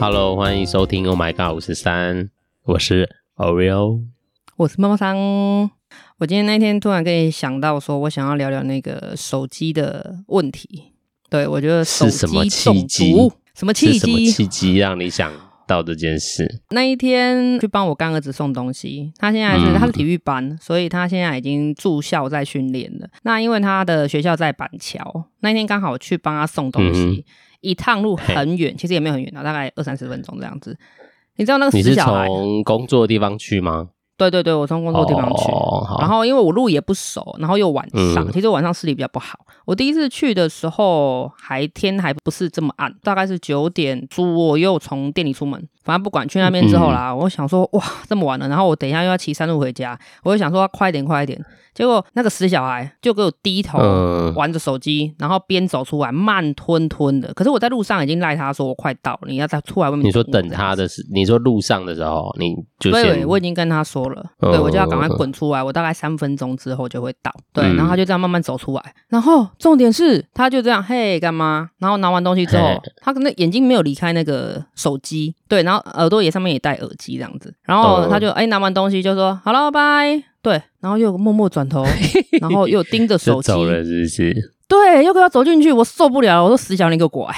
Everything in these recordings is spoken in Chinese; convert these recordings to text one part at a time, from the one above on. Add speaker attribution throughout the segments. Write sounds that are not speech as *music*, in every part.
Speaker 1: Hello，欢迎收听 Oh My God 五十三，我是 Oreo。
Speaker 2: 我是猫猫桑。我今天那天突然可以想到，说我想要聊聊那个手机的问题。对我觉得手
Speaker 1: 是什么
Speaker 2: 机中
Speaker 1: 契机
Speaker 2: 毒，什么
Speaker 1: 是
Speaker 2: 契
Speaker 1: 什么
Speaker 2: 机？
Speaker 1: 契机让你想到这件事？
Speaker 2: 那一天去帮我干儿子送东西，他现在是、
Speaker 1: 嗯
Speaker 2: 他是体育班，所以他现在已经住校在训练了。那因为他的学校在板桥，那一天刚好去帮他送东西，
Speaker 1: 嗯哼
Speaker 2: 一趟路很远，其实也没有很远啊，大概二三十分钟这样子。你知道那个
Speaker 1: 你
Speaker 2: 死
Speaker 1: 是
Speaker 2: 小孩？啊
Speaker 1: 从工作的地方去吗？
Speaker 2: 对对对，我从工作地方去。
Speaker 1: 哦、好
Speaker 2: 然后因为我路也不熟，然后又晚上，
Speaker 1: 嗯
Speaker 2: 其实晚上视力比较不好。我第一次去的时候还天还不是这么暗，大概是九点左右从店里出门。反正不管去那边之后
Speaker 1: 嗯
Speaker 2: 啦，我想说哇这么晚了，然后我等一下又要骑山路回家，我就想说快一点快一点。结果那个死小孩就给我低头。
Speaker 1: 嗯，
Speaker 2: 玩着手机，然后边走出来，慢吞吞的。可是我在路上已经赖他说我快到了，你要再出来外面。
Speaker 1: 你说等他的是，你说路上的时候，你就
Speaker 2: 对，
Speaker 1: 先
Speaker 2: 我已经跟他说了，
Speaker 1: 嗯
Speaker 2: 对我就要赶快滚出来，我大概三分钟之后就会到。对，
Speaker 1: 嗯
Speaker 2: 然后他就这样慢慢走出来，然后重点是他就这样嘿干嘛？然后拿完东西之后
Speaker 1: 嘿，
Speaker 2: 他可能眼睛没有离开那个手机，对，然后耳朵也上面也戴耳机这样子，然后
Speaker 1: 嗯
Speaker 2: 他就哎、拿完东西就说好了拜，对，然后又默默转
Speaker 1: *laughs*
Speaker 2: 头，然后又盯着手
Speaker 1: 就
Speaker 2: 机，
Speaker 1: 走了，是不是？
Speaker 2: 对，又给我走进去，我受不了了，我说死小你给我过来。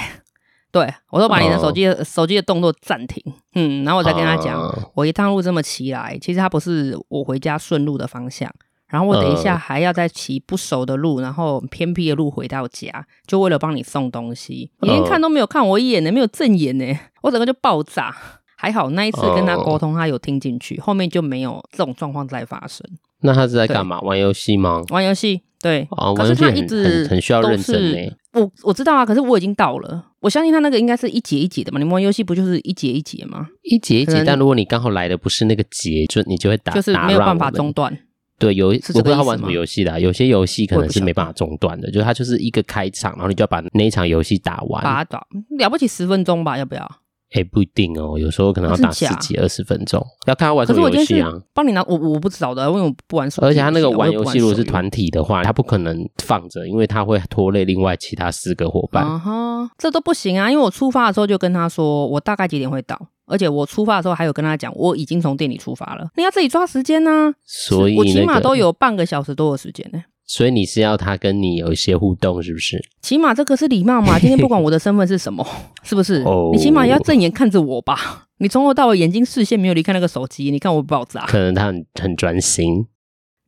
Speaker 2: 对，我说把
Speaker 1: 哦
Speaker 2: 你的手机的、手机的动作暂停，嗯，然后我再跟他讲，
Speaker 1: 啊
Speaker 2: 我一趟路这么骑来，其实它不是我回家顺路的方向，然后我等一下
Speaker 1: 嗯
Speaker 2: 还要再骑不熟的路，然后偏僻的路回到家，就为了帮你送东西，你连
Speaker 1: 嗯
Speaker 2: 看都没有看我一眼呢，没有正眼呢，我整个就爆炸。还好那一次跟他
Speaker 1: 嗯
Speaker 2: 沟通，他有听进去，后面就没有这种状况再发生。
Speaker 1: 那他是在干嘛？玩游戏吗？
Speaker 2: 玩游戏，对，
Speaker 1: 啊，
Speaker 2: 可
Speaker 1: 玩
Speaker 2: 是
Speaker 1: 游戏
Speaker 2: 他
Speaker 1: 很
Speaker 2: 一直
Speaker 1: 很很需要
Speaker 2: 都
Speaker 1: 认真欸
Speaker 2: 是
Speaker 1: 呢。
Speaker 2: 我我知道啊，可是我已经到了，我相信他那个应该是一节一节的嘛。你们玩游戏不就是一节一节吗？
Speaker 1: 一节一
Speaker 2: 可
Speaker 1: 节，
Speaker 2: 能
Speaker 1: 但如果你刚好来的不是那个节，就你就会打，
Speaker 2: 就是
Speaker 1: 打
Speaker 2: 没有
Speaker 1: 乱
Speaker 2: 办
Speaker 1: 我
Speaker 2: 法
Speaker 1: 们
Speaker 2: 中断。
Speaker 1: 对，有一我
Speaker 2: 是这
Speaker 1: 不
Speaker 2: 个
Speaker 1: 知道他
Speaker 2: 意思
Speaker 1: 玩什么
Speaker 2: 吗
Speaker 1: 游戏的啊、有些游戏可
Speaker 2: 我也
Speaker 1: 能
Speaker 2: 不
Speaker 1: 是
Speaker 2: 晓
Speaker 1: 没
Speaker 2: 得
Speaker 1: 办法中断的，就是它就是一个开场，然后你就要把那一场游戏打完。
Speaker 2: 把它打了不起十分钟吧，要不要？
Speaker 1: 哎、不一定哦，有时候可能
Speaker 2: 啊
Speaker 1: 要
Speaker 2: 真
Speaker 1: 打十
Speaker 2: 假
Speaker 1: 几二十分钟，要看他玩什
Speaker 2: 可是
Speaker 1: 么
Speaker 2: 我今
Speaker 1: 游
Speaker 2: 天
Speaker 1: 戏
Speaker 2: 是
Speaker 1: 啊。
Speaker 2: 帮你拿，我我不知道的，因为我不玩手机游
Speaker 1: 而
Speaker 2: 戏
Speaker 1: 且
Speaker 2: 啊。
Speaker 1: 他那个玩
Speaker 2: 我也不
Speaker 1: 游戏如果是
Speaker 2: 手游
Speaker 1: 团体的话，他不可能放着，因为他会拖累另外其他四个伙伴。
Speaker 2: 啊哈，这都不行啊！因为我出发的时候就跟他说，我大概几点会到，而且我出发的时候还有跟他讲，我已经从店里出发了，你要自己抓时间呢、
Speaker 1: 所以
Speaker 2: 我起
Speaker 1: 那
Speaker 2: 码
Speaker 1: 个，
Speaker 2: 都有半个小时多的时间呢、
Speaker 1: 所以你是要他跟你有一些互动，是不是？
Speaker 2: 起码这个是礼
Speaker 1: *laughs*
Speaker 2: 貌嘛，今天不管我的身份是什么，是不是
Speaker 1: 哦？
Speaker 2: 你起码也要正眼看着我吧。你从头到尾眼睛视线没有离开那个手机，你看我爆炸，
Speaker 1: 可能他很很专心，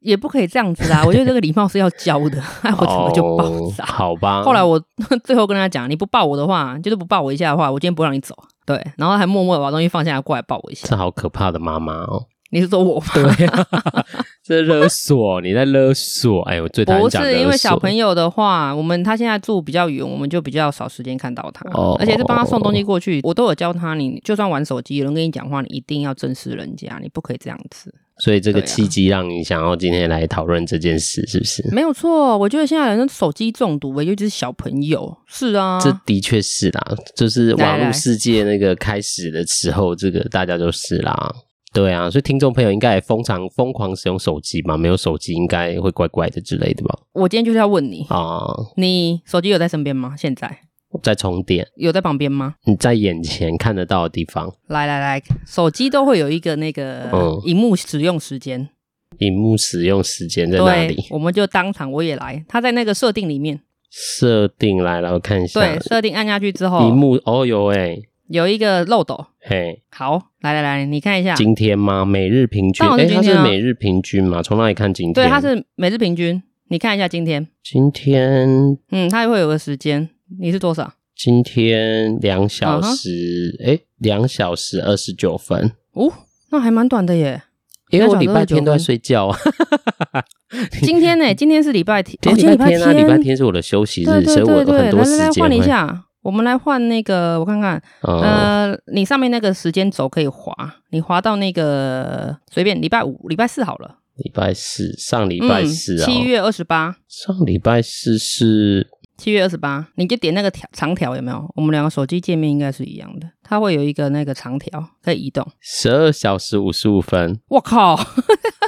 Speaker 2: 也不可以这样子啊！我觉得这个礼貌是要教的， *laughs* 哎，我怎么就爆
Speaker 1: 哦
Speaker 2: 炸？
Speaker 1: 好吧，
Speaker 2: 后来我 *laughs* 最后跟他讲，你不抱我的话，就是不抱我一下的话，我今天不让你走。对，然后还默默的把东西放下来过来抱我一下。
Speaker 1: 这好可怕的妈妈哦。
Speaker 2: 你是说我吗？
Speaker 1: 对呀、这勒索，你在勒索。哎，我最讨厌
Speaker 2: *laughs* 不
Speaker 1: 讲勒
Speaker 2: 是
Speaker 1: 索。
Speaker 2: 因为小朋友的话，我们他现在住比较远，我们就比较少时间看到他，
Speaker 1: 哦
Speaker 2: 而且是帮他送东西过去。我都有教他，你就算玩手机，有人跟你讲话，你一定要正视人家，你不可以这样子，
Speaker 1: 所以这个
Speaker 2: 对啊
Speaker 1: 契机让你想要今天来讨论这件事，是不是？
Speaker 2: 没有错。我觉得现在人手机中毒，尤其是小朋友，是啊，
Speaker 1: 这的确是啦，就是
Speaker 2: 来
Speaker 1: 网络
Speaker 2: 来
Speaker 1: 世界那个开始的时候，这个大家就是啦。对啊，所以听众朋友应该也疯常疯狂使用手机嘛，没有手机应该会怪怪的之类的吧？
Speaker 2: 我今天就是要问你，
Speaker 1: 啊，
Speaker 2: 你手机有在身边吗？现在
Speaker 1: 在充电，
Speaker 2: 有在旁边吗？
Speaker 1: 你在眼前看得到的地方，
Speaker 2: 来来来，手机都会有一个那个
Speaker 1: 嗯
Speaker 2: 荧幕使用时间，
Speaker 1: 荧幕使用时间在哪
Speaker 2: 对
Speaker 1: 里，？
Speaker 2: 我们就当场我也来，它在那个设定里面，
Speaker 1: 设定来了，我看一下。
Speaker 2: 对，设定按下去之
Speaker 1: 荧
Speaker 2: 后
Speaker 1: 幕哦，有哎、
Speaker 2: 有一个漏斗。
Speaker 1: 嘿，
Speaker 2: 好，来来来，你看一下，
Speaker 1: 今天吗？每日平均？
Speaker 2: 当
Speaker 1: 哎、
Speaker 2: 然是
Speaker 1: 它
Speaker 2: 今天
Speaker 1: 是
Speaker 2: 啊
Speaker 1: 每日平均嘛？从哪里看今天？
Speaker 2: 对，它是每日平均，你看一下今天，
Speaker 1: 今天，
Speaker 2: 嗯，它会有个时间，你是多少？
Speaker 1: 今天两小
Speaker 2: 嗯哼
Speaker 1: 时，哎、两小时二十九分。
Speaker 2: 哦，那还蛮短
Speaker 1: *laughs*
Speaker 2: 的耶。
Speaker 1: 因为我
Speaker 2: 2小时
Speaker 1: 礼拜天
Speaker 2: 29
Speaker 1: 都在
Speaker 2: 分
Speaker 1: 睡觉啊，
Speaker 2: 今天呢？今天是礼拜天，哦，
Speaker 1: 今天 *laughs* 礼
Speaker 2: 今礼
Speaker 1: 拜天啊，礼拜
Speaker 2: 拜
Speaker 1: 天是我的休息
Speaker 2: 对
Speaker 1: 日，所
Speaker 2: 对
Speaker 1: 以我
Speaker 2: 对
Speaker 1: 有很
Speaker 2: 对，
Speaker 1: 多
Speaker 2: 来
Speaker 1: 时
Speaker 2: 来
Speaker 1: 间
Speaker 2: 来，
Speaker 1: 会。
Speaker 2: 换一下，我们来换那个，我看看，
Speaker 1: 嗯，
Speaker 2: 呃，你上面那个时间轴可以滑，你滑到那个随便礼拜五、礼拜四好了。
Speaker 1: 礼拜四，上礼拜四啊、
Speaker 2: 嗯七、7月二十八，
Speaker 1: 上礼拜四是
Speaker 2: 七月二十八，你就点那个条长条有没有？我们两个手机界面应该是一样的，它会有一个那个长条可以移动。
Speaker 1: 十二小时五十五分，*laughs*
Speaker 2: 我靠！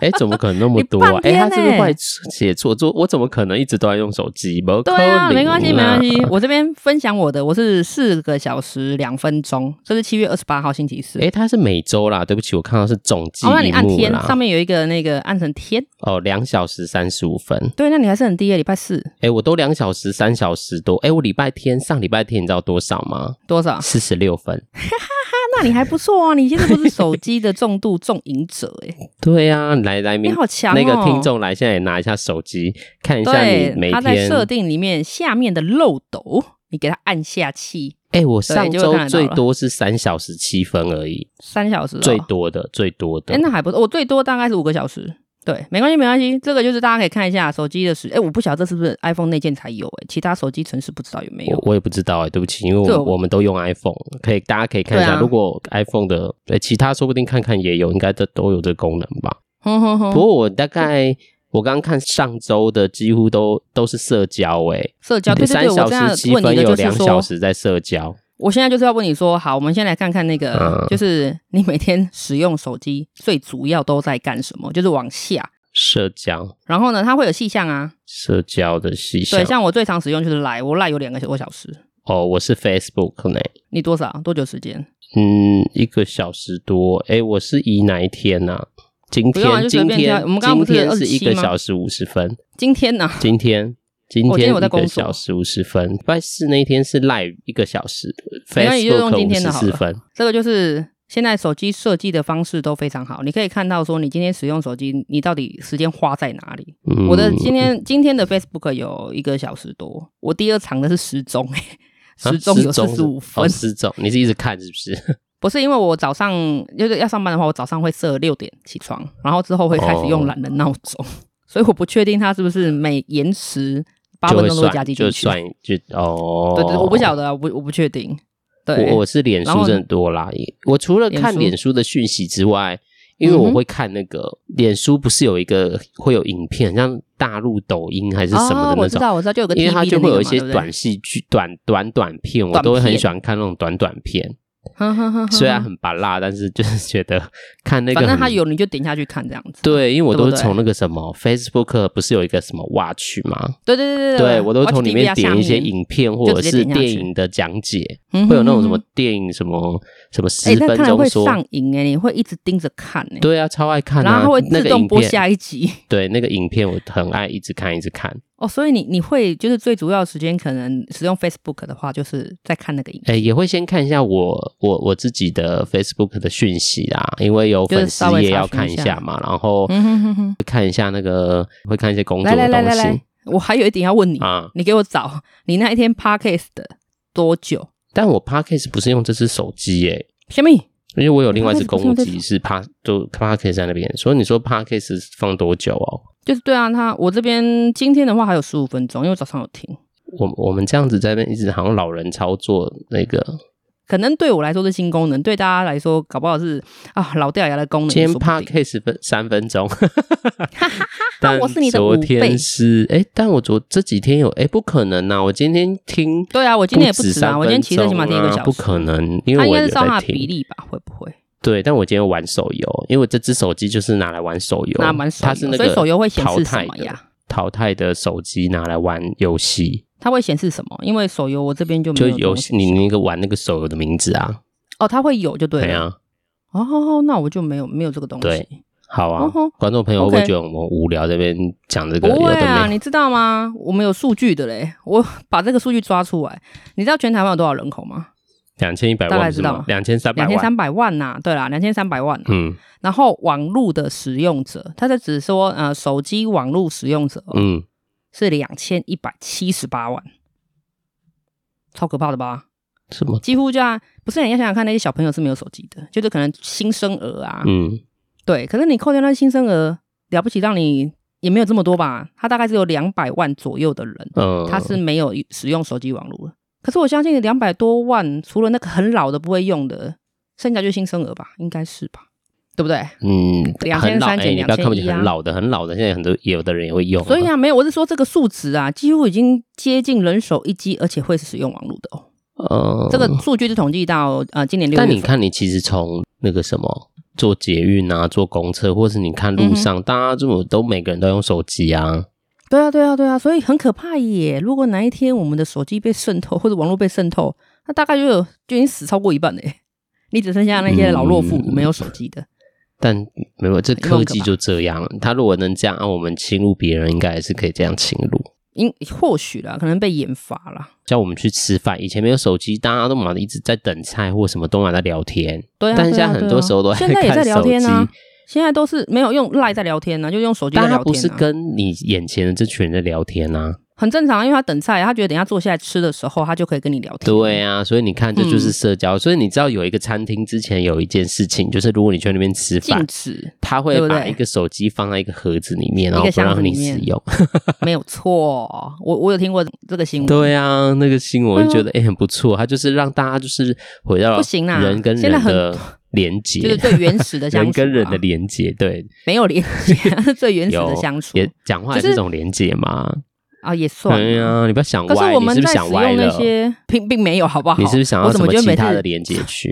Speaker 1: 哎，怎么可能那么多
Speaker 2: 你
Speaker 1: 啊？
Speaker 2: 半
Speaker 1: 哎，
Speaker 2: 天
Speaker 1: 他是不是
Speaker 2: 欸
Speaker 1: 会写错？做我怎么可能一直都在用手机？不
Speaker 2: 对
Speaker 1: 可能
Speaker 2: 啊，
Speaker 1: 啊，
Speaker 2: 没关系，没关系。我这边分享我的，我是四个小时两分钟，这是七月二十八号星期四。
Speaker 1: 哎，它是每周啦，对不起，我看到是总计
Speaker 2: 哦，那你
Speaker 1: 一
Speaker 2: 按
Speaker 1: 幕
Speaker 2: 天，上
Speaker 1: 啦。
Speaker 2: 面有一个那个按成天，
Speaker 1: 哦，两小时三十五分。
Speaker 2: 对，那你还是很低耶，礼拜四
Speaker 1: 哎，我都两小时、三小时多。哎，我礼拜天上礼拜天你知道多少吗？
Speaker 2: 多少？
Speaker 1: 四十六分。
Speaker 2: 那你还不错哦，你现在不是手机的重度重瘾者哎，
Speaker 1: *laughs* 对呀、来来
Speaker 2: 你
Speaker 1: 明
Speaker 2: 好强哦！
Speaker 1: 那个听众来，现在也拿一下手机看一下你每
Speaker 2: 对，他在
Speaker 1: 天。
Speaker 2: 设定里面下面的漏斗，你给它按下去，
Speaker 1: 哎、我上
Speaker 2: 就会
Speaker 1: 周
Speaker 2: 看得到
Speaker 1: 最
Speaker 2: 了
Speaker 1: 多是三小时七分而已，
Speaker 2: 三小时、哦、
Speaker 1: 最多的最多的。
Speaker 2: 哎、那还不错，我最多大概是五个小时。对，没关系，没关系，这个就是大家可以看一下手机的时。哎、我不晓得这是不是 iPhone 内建才有、哎，其他手机城市不知道有没有。
Speaker 1: 我我也不知道哎、对不起，因为
Speaker 2: 这
Speaker 1: 我
Speaker 2: 我
Speaker 1: 我们都用 iPhone，可以大家可以看一
Speaker 2: 对
Speaker 1: 下，
Speaker 2: 啊
Speaker 1: 如果 iPhone 的呃其他说不定看看也有，应该这都有这功能吧。
Speaker 2: 哼哼
Speaker 1: 不
Speaker 2: 哼，
Speaker 1: 过我大概我刚刚看上周的几乎都都是社交哎、
Speaker 2: 社交对对
Speaker 1: 三
Speaker 2: 对，我
Speaker 1: 小
Speaker 2: 这样
Speaker 1: 时七
Speaker 2: 问
Speaker 1: 分
Speaker 2: 你
Speaker 1: 有
Speaker 2: 的就
Speaker 1: 两
Speaker 2: 是
Speaker 1: 小
Speaker 2: 说，
Speaker 1: 时在社交，
Speaker 2: 我现在就是要问你说，好，我们先来看看那个，
Speaker 1: 嗯
Speaker 2: 就是你每天使用手机最主要都在干什么，就是往下。
Speaker 1: 社交
Speaker 2: 然后呢，它会有细项啊，
Speaker 1: 社交的细项
Speaker 2: 对，像我最常使用就是来，我来有两个多小时，
Speaker 1: 哦，我是 Facebook 呢、
Speaker 2: 你多少多久时间？
Speaker 1: 嗯，一个小时多。哎，我是以哪一天呐、今
Speaker 2: 不用啊
Speaker 1: 天，
Speaker 2: 就随
Speaker 1: 今
Speaker 2: 便
Speaker 1: 天
Speaker 2: 挑，我们刚刚不是
Speaker 1: 今天是一
Speaker 2: 27
Speaker 1: 个
Speaker 2: 吗
Speaker 1: 小时五十分。
Speaker 2: 今天呢、 *laughs*
Speaker 1: 今天，今
Speaker 2: 哦今
Speaker 1: 天
Speaker 2: 天我在
Speaker 1: 一
Speaker 2: 工
Speaker 1: 个
Speaker 2: 作
Speaker 1: 小时五十分。礼拜四那一天是 live 一个小时
Speaker 2: 没关系就用
Speaker 1: ，Facebook
Speaker 2: 今
Speaker 1: 五
Speaker 2: 天
Speaker 1: 十
Speaker 2: 的好
Speaker 1: 四
Speaker 2: 了
Speaker 1: 分。
Speaker 2: 这个就是现在手机设计的方式都非常好，你可以看到说你今天使用手机，你到底时间花在哪里？
Speaker 1: 嗯
Speaker 2: 我的今天今天的 Facebook 有一个小时多，我第二长的是时钟、欸，
Speaker 1: 啊
Speaker 2: 时钟有四
Speaker 1: 是
Speaker 2: 十五
Speaker 1: 哦，
Speaker 2: 分，
Speaker 1: 失踪，你是一直看是不是？
Speaker 2: 不是因为我早上就是要上班的话，我早上会设六点起床，然后之后会开始用
Speaker 1: 哦
Speaker 2: 懒人闹钟，所以我不确定它是不是每延迟八
Speaker 1: 就
Speaker 2: 分
Speaker 1: 会
Speaker 2: 钟都加
Speaker 1: 算，
Speaker 2: 进
Speaker 1: 就
Speaker 2: 去。
Speaker 1: 算就哦。
Speaker 2: 对对，我不晓得啊，我不我不确定。对，
Speaker 1: 我我是脸
Speaker 2: 然后
Speaker 1: 书真的多啦，也我除了看
Speaker 2: 脸书
Speaker 1: 脸书的讯息之外，因为
Speaker 2: 嗯
Speaker 1: 我
Speaker 2: 哼
Speaker 1: 会看那个、脸书，不是有一个会有影片，像大陆抖音还是什么的
Speaker 2: 哦我
Speaker 1: 那
Speaker 2: 知
Speaker 1: 种。
Speaker 2: 道，我知道，就有个 TV
Speaker 1: 因为它
Speaker 2: 的
Speaker 1: 就
Speaker 2: 那
Speaker 1: 会
Speaker 2: 个
Speaker 1: 有一
Speaker 2: 嘛
Speaker 1: 些
Speaker 2: 对不对
Speaker 1: 短戏剧、短短短片，我
Speaker 2: 短
Speaker 1: 都会很
Speaker 2: 片
Speaker 1: 喜欢看那种短短片。
Speaker 2: 哼哼嗯哼哼
Speaker 1: 虽然
Speaker 2: 哼
Speaker 1: 很拔辣，但是就是觉得看那个
Speaker 2: 反
Speaker 1: 很，
Speaker 2: 正它有你就点下去看这样子。
Speaker 1: 对，因为我
Speaker 2: 对
Speaker 1: 都
Speaker 2: 不
Speaker 1: 是
Speaker 2: 对
Speaker 1: 从那个什么 Facebook 不是有一个什么 Watch 吗？
Speaker 2: 对对对
Speaker 1: 对我都从里面点一些，
Speaker 2: watch TV 啊
Speaker 1: 影片或
Speaker 2: 就
Speaker 1: 者
Speaker 2: 直接
Speaker 1: 是
Speaker 2: 点下
Speaker 1: 电
Speaker 2: 去
Speaker 1: 影的讲解，
Speaker 2: 下面
Speaker 1: 会有那种什么
Speaker 2: 嗯哼
Speaker 1: 电影什么什么
Speaker 2: 哼哼
Speaker 1: 十
Speaker 2: 哎，那
Speaker 1: 分
Speaker 2: 看来
Speaker 1: 钟
Speaker 2: 会
Speaker 1: 说，
Speaker 2: 上瘾哎，你会一直盯着看哎，
Speaker 1: 对啊，超爱看、啊，
Speaker 2: 然后它会自动
Speaker 1: 那个
Speaker 2: 播
Speaker 1: 影片
Speaker 2: 下一集。
Speaker 1: 对，那个影片我很爱一直看一直看。
Speaker 2: 哦，所以你你会就是最主要的时间，可能使用 Facebook 的话，就是在看那个影片，
Speaker 1: 哎，也会先看一下我我我自己的 Facebook 的讯息啦，因为有
Speaker 2: 就是
Speaker 1: 粉丝
Speaker 2: 稍微
Speaker 1: 也
Speaker 2: 查
Speaker 1: 要
Speaker 2: 询
Speaker 1: 看
Speaker 2: 一
Speaker 1: 一
Speaker 2: 下
Speaker 1: 下嘛，然后
Speaker 2: 嗯哼哼哼
Speaker 1: 会看一下那个会看一些哎工作
Speaker 2: 来来
Speaker 1: 的
Speaker 2: 来
Speaker 1: 东
Speaker 2: 来
Speaker 1: 西
Speaker 2: 来，我还有一点要问你，
Speaker 1: 啊。
Speaker 2: 你给我找你那一天 Podcast 的多久？
Speaker 1: 但我 Podcast 不是用这只手机耶、
Speaker 2: 小米，
Speaker 1: 因为我有另外一只
Speaker 2: Podcast 不是用
Speaker 1: 公
Speaker 2: 这
Speaker 1: 机是 Pa 就 Podcast 在那边，所以你说 Podcast 放多久哦？
Speaker 2: 就是对啊，他我这边今天的话还有十五分钟，因为我早上有听。
Speaker 1: 我我们这样子在那边一直好像老人操作那个，
Speaker 2: 可能对我来说是新功能，对大家来说搞不好是啊老掉牙的功能。
Speaker 1: 今天
Speaker 2: 说不定
Speaker 1: podcast 分三分钟， *laughs* 但
Speaker 2: 我是你的
Speaker 1: 昨
Speaker 2: 五倍
Speaker 1: 天是哎、但我昨这几天有哎、不可能呐、我今天听
Speaker 2: 对啊，我今天也不
Speaker 1: 止
Speaker 2: 止
Speaker 1: 三
Speaker 2: 啊，
Speaker 1: 分
Speaker 2: 我今天骑车起码听一个
Speaker 1: 钟
Speaker 2: 小
Speaker 1: 啊
Speaker 2: 时，
Speaker 1: 不可。能，因
Speaker 2: 它
Speaker 1: 为
Speaker 2: 应
Speaker 1: 我
Speaker 2: 该
Speaker 1: 有
Speaker 2: 是照它
Speaker 1: 在
Speaker 2: 的比
Speaker 1: 听。
Speaker 2: 例吧？会不会？
Speaker 1: 对，但我今天玩手游，因为我这只手机就是拿来玩手游，
Speaker 2: 那蛮手
Speaker 1: 它是
Speaker 2: 游，
Speaker 1: 那
Speaker 2: 所以
Speaker 1: 个
Speaker 2: 手游会显
Speaker 1: 淘
Speaker 2: 示
Speaker 1: 汰
Speaker 2: 什么
Speaker 1: 的
Speaker 2: 呀？
Speaker 1: 淘汰的手机拿来玩游戏，
Speaker 2: 它会显示什么？因为手游我这边就没
Speaker 1: 就
Speaker 2: 有这种
Speaker 1: 游戏
Speaker 2: 显
Speaker 1: 你
Speaker 2: 示
Speaker 1: 那个玩那个手游的名字啊，
Speaker 2: 哦，它会有就对
Speaker 1: 对
Speaker 2: 了。
Speaker 1: 啊，
Speaker 2: 哦，那我就没有没有这个东西。
Speaker 1: 对好啊
Speaker 2: 哦吼，
Speaker 1: 观众朋友会不会
Speaker 2: OK
Speaker 1: 觉得我们无聊这边讲这个
Speaker 2: 不
Speaker 1: 有
Speaker 2: 会
Speaker 1: 的
Speaker 2: 啊，
Speaker 1: 没有？
Speaker 2: 你知道吗？我们有数据的嘞，我把这个数据抓出来。你知道全台湾有多少人口吗？
Speaker 1: 两千一百
Speaker 2: 大概
Speaker 1: 万是
Speaker 2: 知道
Speaker 1: 吗？两千三百
Speaker 2: 两千
Speaker 1: 万，
Speaker 2: 三百万啊呐、对啦，两千三百万、啊
Speaker 1: 嗯
Speaker 2: 然后网络的使用者，他在只说呃手机网络使用者、
Speaker 1: 嗯，
Speaker 2: 是两千一百七十八万，超可怕的吧？
Speaker 1: 什么？
Speaker 2: 几乎就啊，不是你要想想看，那些小朋友是没有手机的，就是可能新生儿啊，
Speaker 1: 嗯，
Speaker 2: 对。可是你扣掉那新生儿，了不起让你也没有这么多吧？他大概只有两百万左右的人，
Speaker 1: 呃，
Speaker 2: 他是没有使用手机网络的。可是我相信两百多万，除了那个很老的不会用的，剩下就是新生儿吧，应该是吧？对不对？
Speaker 1: 嗯，
Speaker 2: 2300
Speaker 1: 很老，哎、
Speaker 2: 减
Speaker 1: 你不要看不起
Speaker 2: 2100啊
Speaker 1: 很老的，很老的，现在很多有的人也会用、
Speaker 2: 所以，啊啊，没有，我是说这个数值啊，几乎已经接近人手一机，而且会使用网络的哦。
Speaker 1: 呃，
Speaker 2: 这个数据是统计到呃今年六月
Speaker 1: 但你
Speaker 2: 份。
Speaker 1: 看，你其实从那个什么坐捷运啊，坐公车，或是你看路
Speaker 2: 嗯
Speaker 1: 上，大家这么都每个人都用手机啊，
Speaker 2: 对啊，对啊，对啊，所以很可怕耶！如果哪一天我们的手机被渗透，或者网络被渗透，那大概就有就已经死超过一半嘞。你只剩下那些老弱妇孺
Speaker 1: 嗯
Speaker 2: 没有手机的，
Speaker 1: 但没有这
Speaker 2: 有没有
Speaker 1: 科技
Speaker 2: 可怕
Speaker 1: 就这样，他如果能这样，啊、我们侵入别人，应该也是可以这样侵入。
Speaker 2: 因或许啦，可能被研发啦。
Speaker 1: 叫我们去吃饭，以前没有手机，大家都嘛一直在等菜或什么，都嘛在聊天。
Speaker 2: 对啊，
Speaker 1: 但
Speaker 2: 对啊
Speaker 1: 现在很
Speaker 2: 对啊
Speaker 1: 多时候都在
Speaker 2: 现在也在
Speaker 1: 看
Speaker 2: 聊
Speaker 1: 手
Speaker 2: 天啊
Speaker 1: 机，
Speaker 2: 现在都是没有用赖在聊天呢、就用手机在
Speaker 1: 但他
Speaker 2: 聊
Speaker 1: 不
Speaker 2: 天、
Speaker 1: 是
Speaker 2: 啊，
Speaker 1: 跟你眼前的这群人在聊天啊。
Speaker 2: 很正常啊，因为他等菜，他觉得等一下坐下来吃的时候，他就可以跟你聊天。
Speaker 1: 对啊，所以你看，这
Speaker 2: 嗯
Speaker 1: 就是社交。所以你知道有一个餐厅之前有一件事情，就是如果你去那边吃饭
Speaker 2: 禁，止
Speaker 1: 他会
Speaker 2: 对不
Speaker 1: 把
Speaker 2: 对
Speaker 1: 一个手机放在一个盒子里面，然
Speaker 2: 一个
Speaker 1: 后不
Speaker 2: 箱子
Speaker 1: 让你
Speaker 2: 里面
Speaker 1: 使用。
Speaker 2: 没有错，我我有听过这个新闻。
Speaker 1: 对啊，那个新闻我就觉得哎、诶很不错，他就是让大家就是回到
Speaker 2: 嗯不行啦
Speaker 1: 人跟
Speaker 2: 现在
Speaker 1: 人
Speaker 2: 很
Speaker 1: 的连接，
Speaker 2: 就是最原始的相处、
Speaker 1: 人
Speaker 2: 啊，
Speaker 1: 跟人的连接，对，
Speaker 2: 没有连接，是最原始
Speaker 1: 有
Speaker 2: 的相处
Speaker 1: 也讲话也
Speaker 2: 就
Speaker 1: 是
Speaker 2: 是
Speaker 1: 一种连接嘛。
Speaker 2: 啊，也算
Speaker 1: 对
Speaker 2: 啊。
Speaker 1: 啊，你不要想
Speaker 2: 可
Speaker 1: 歪，
Speaker 2: 我
Speaker 1: 你
Speaker 2: 们
Speaker 1: 是不
Speaker 2: 在
Speaker 1: 是
Speaker 2: 使
Speaker 1: 想歪
Speaker 2: 用那
Speaker 1: 了？
Speaker 2: 些，并并没有，好不好？
Speaker 1: 你是不是想
Speaker 2: 我
Speaker 1: 要
Speaker 2: 怎
Speaker 1: 什
Speaker 2: 么觉得
Speaker 1: 其
Speaker 2: 每
Speaker 1: 他
Speaker 2: 次
Speaker 1: 的连接
Speaker 2: *laughs*
Speaker 1: 去？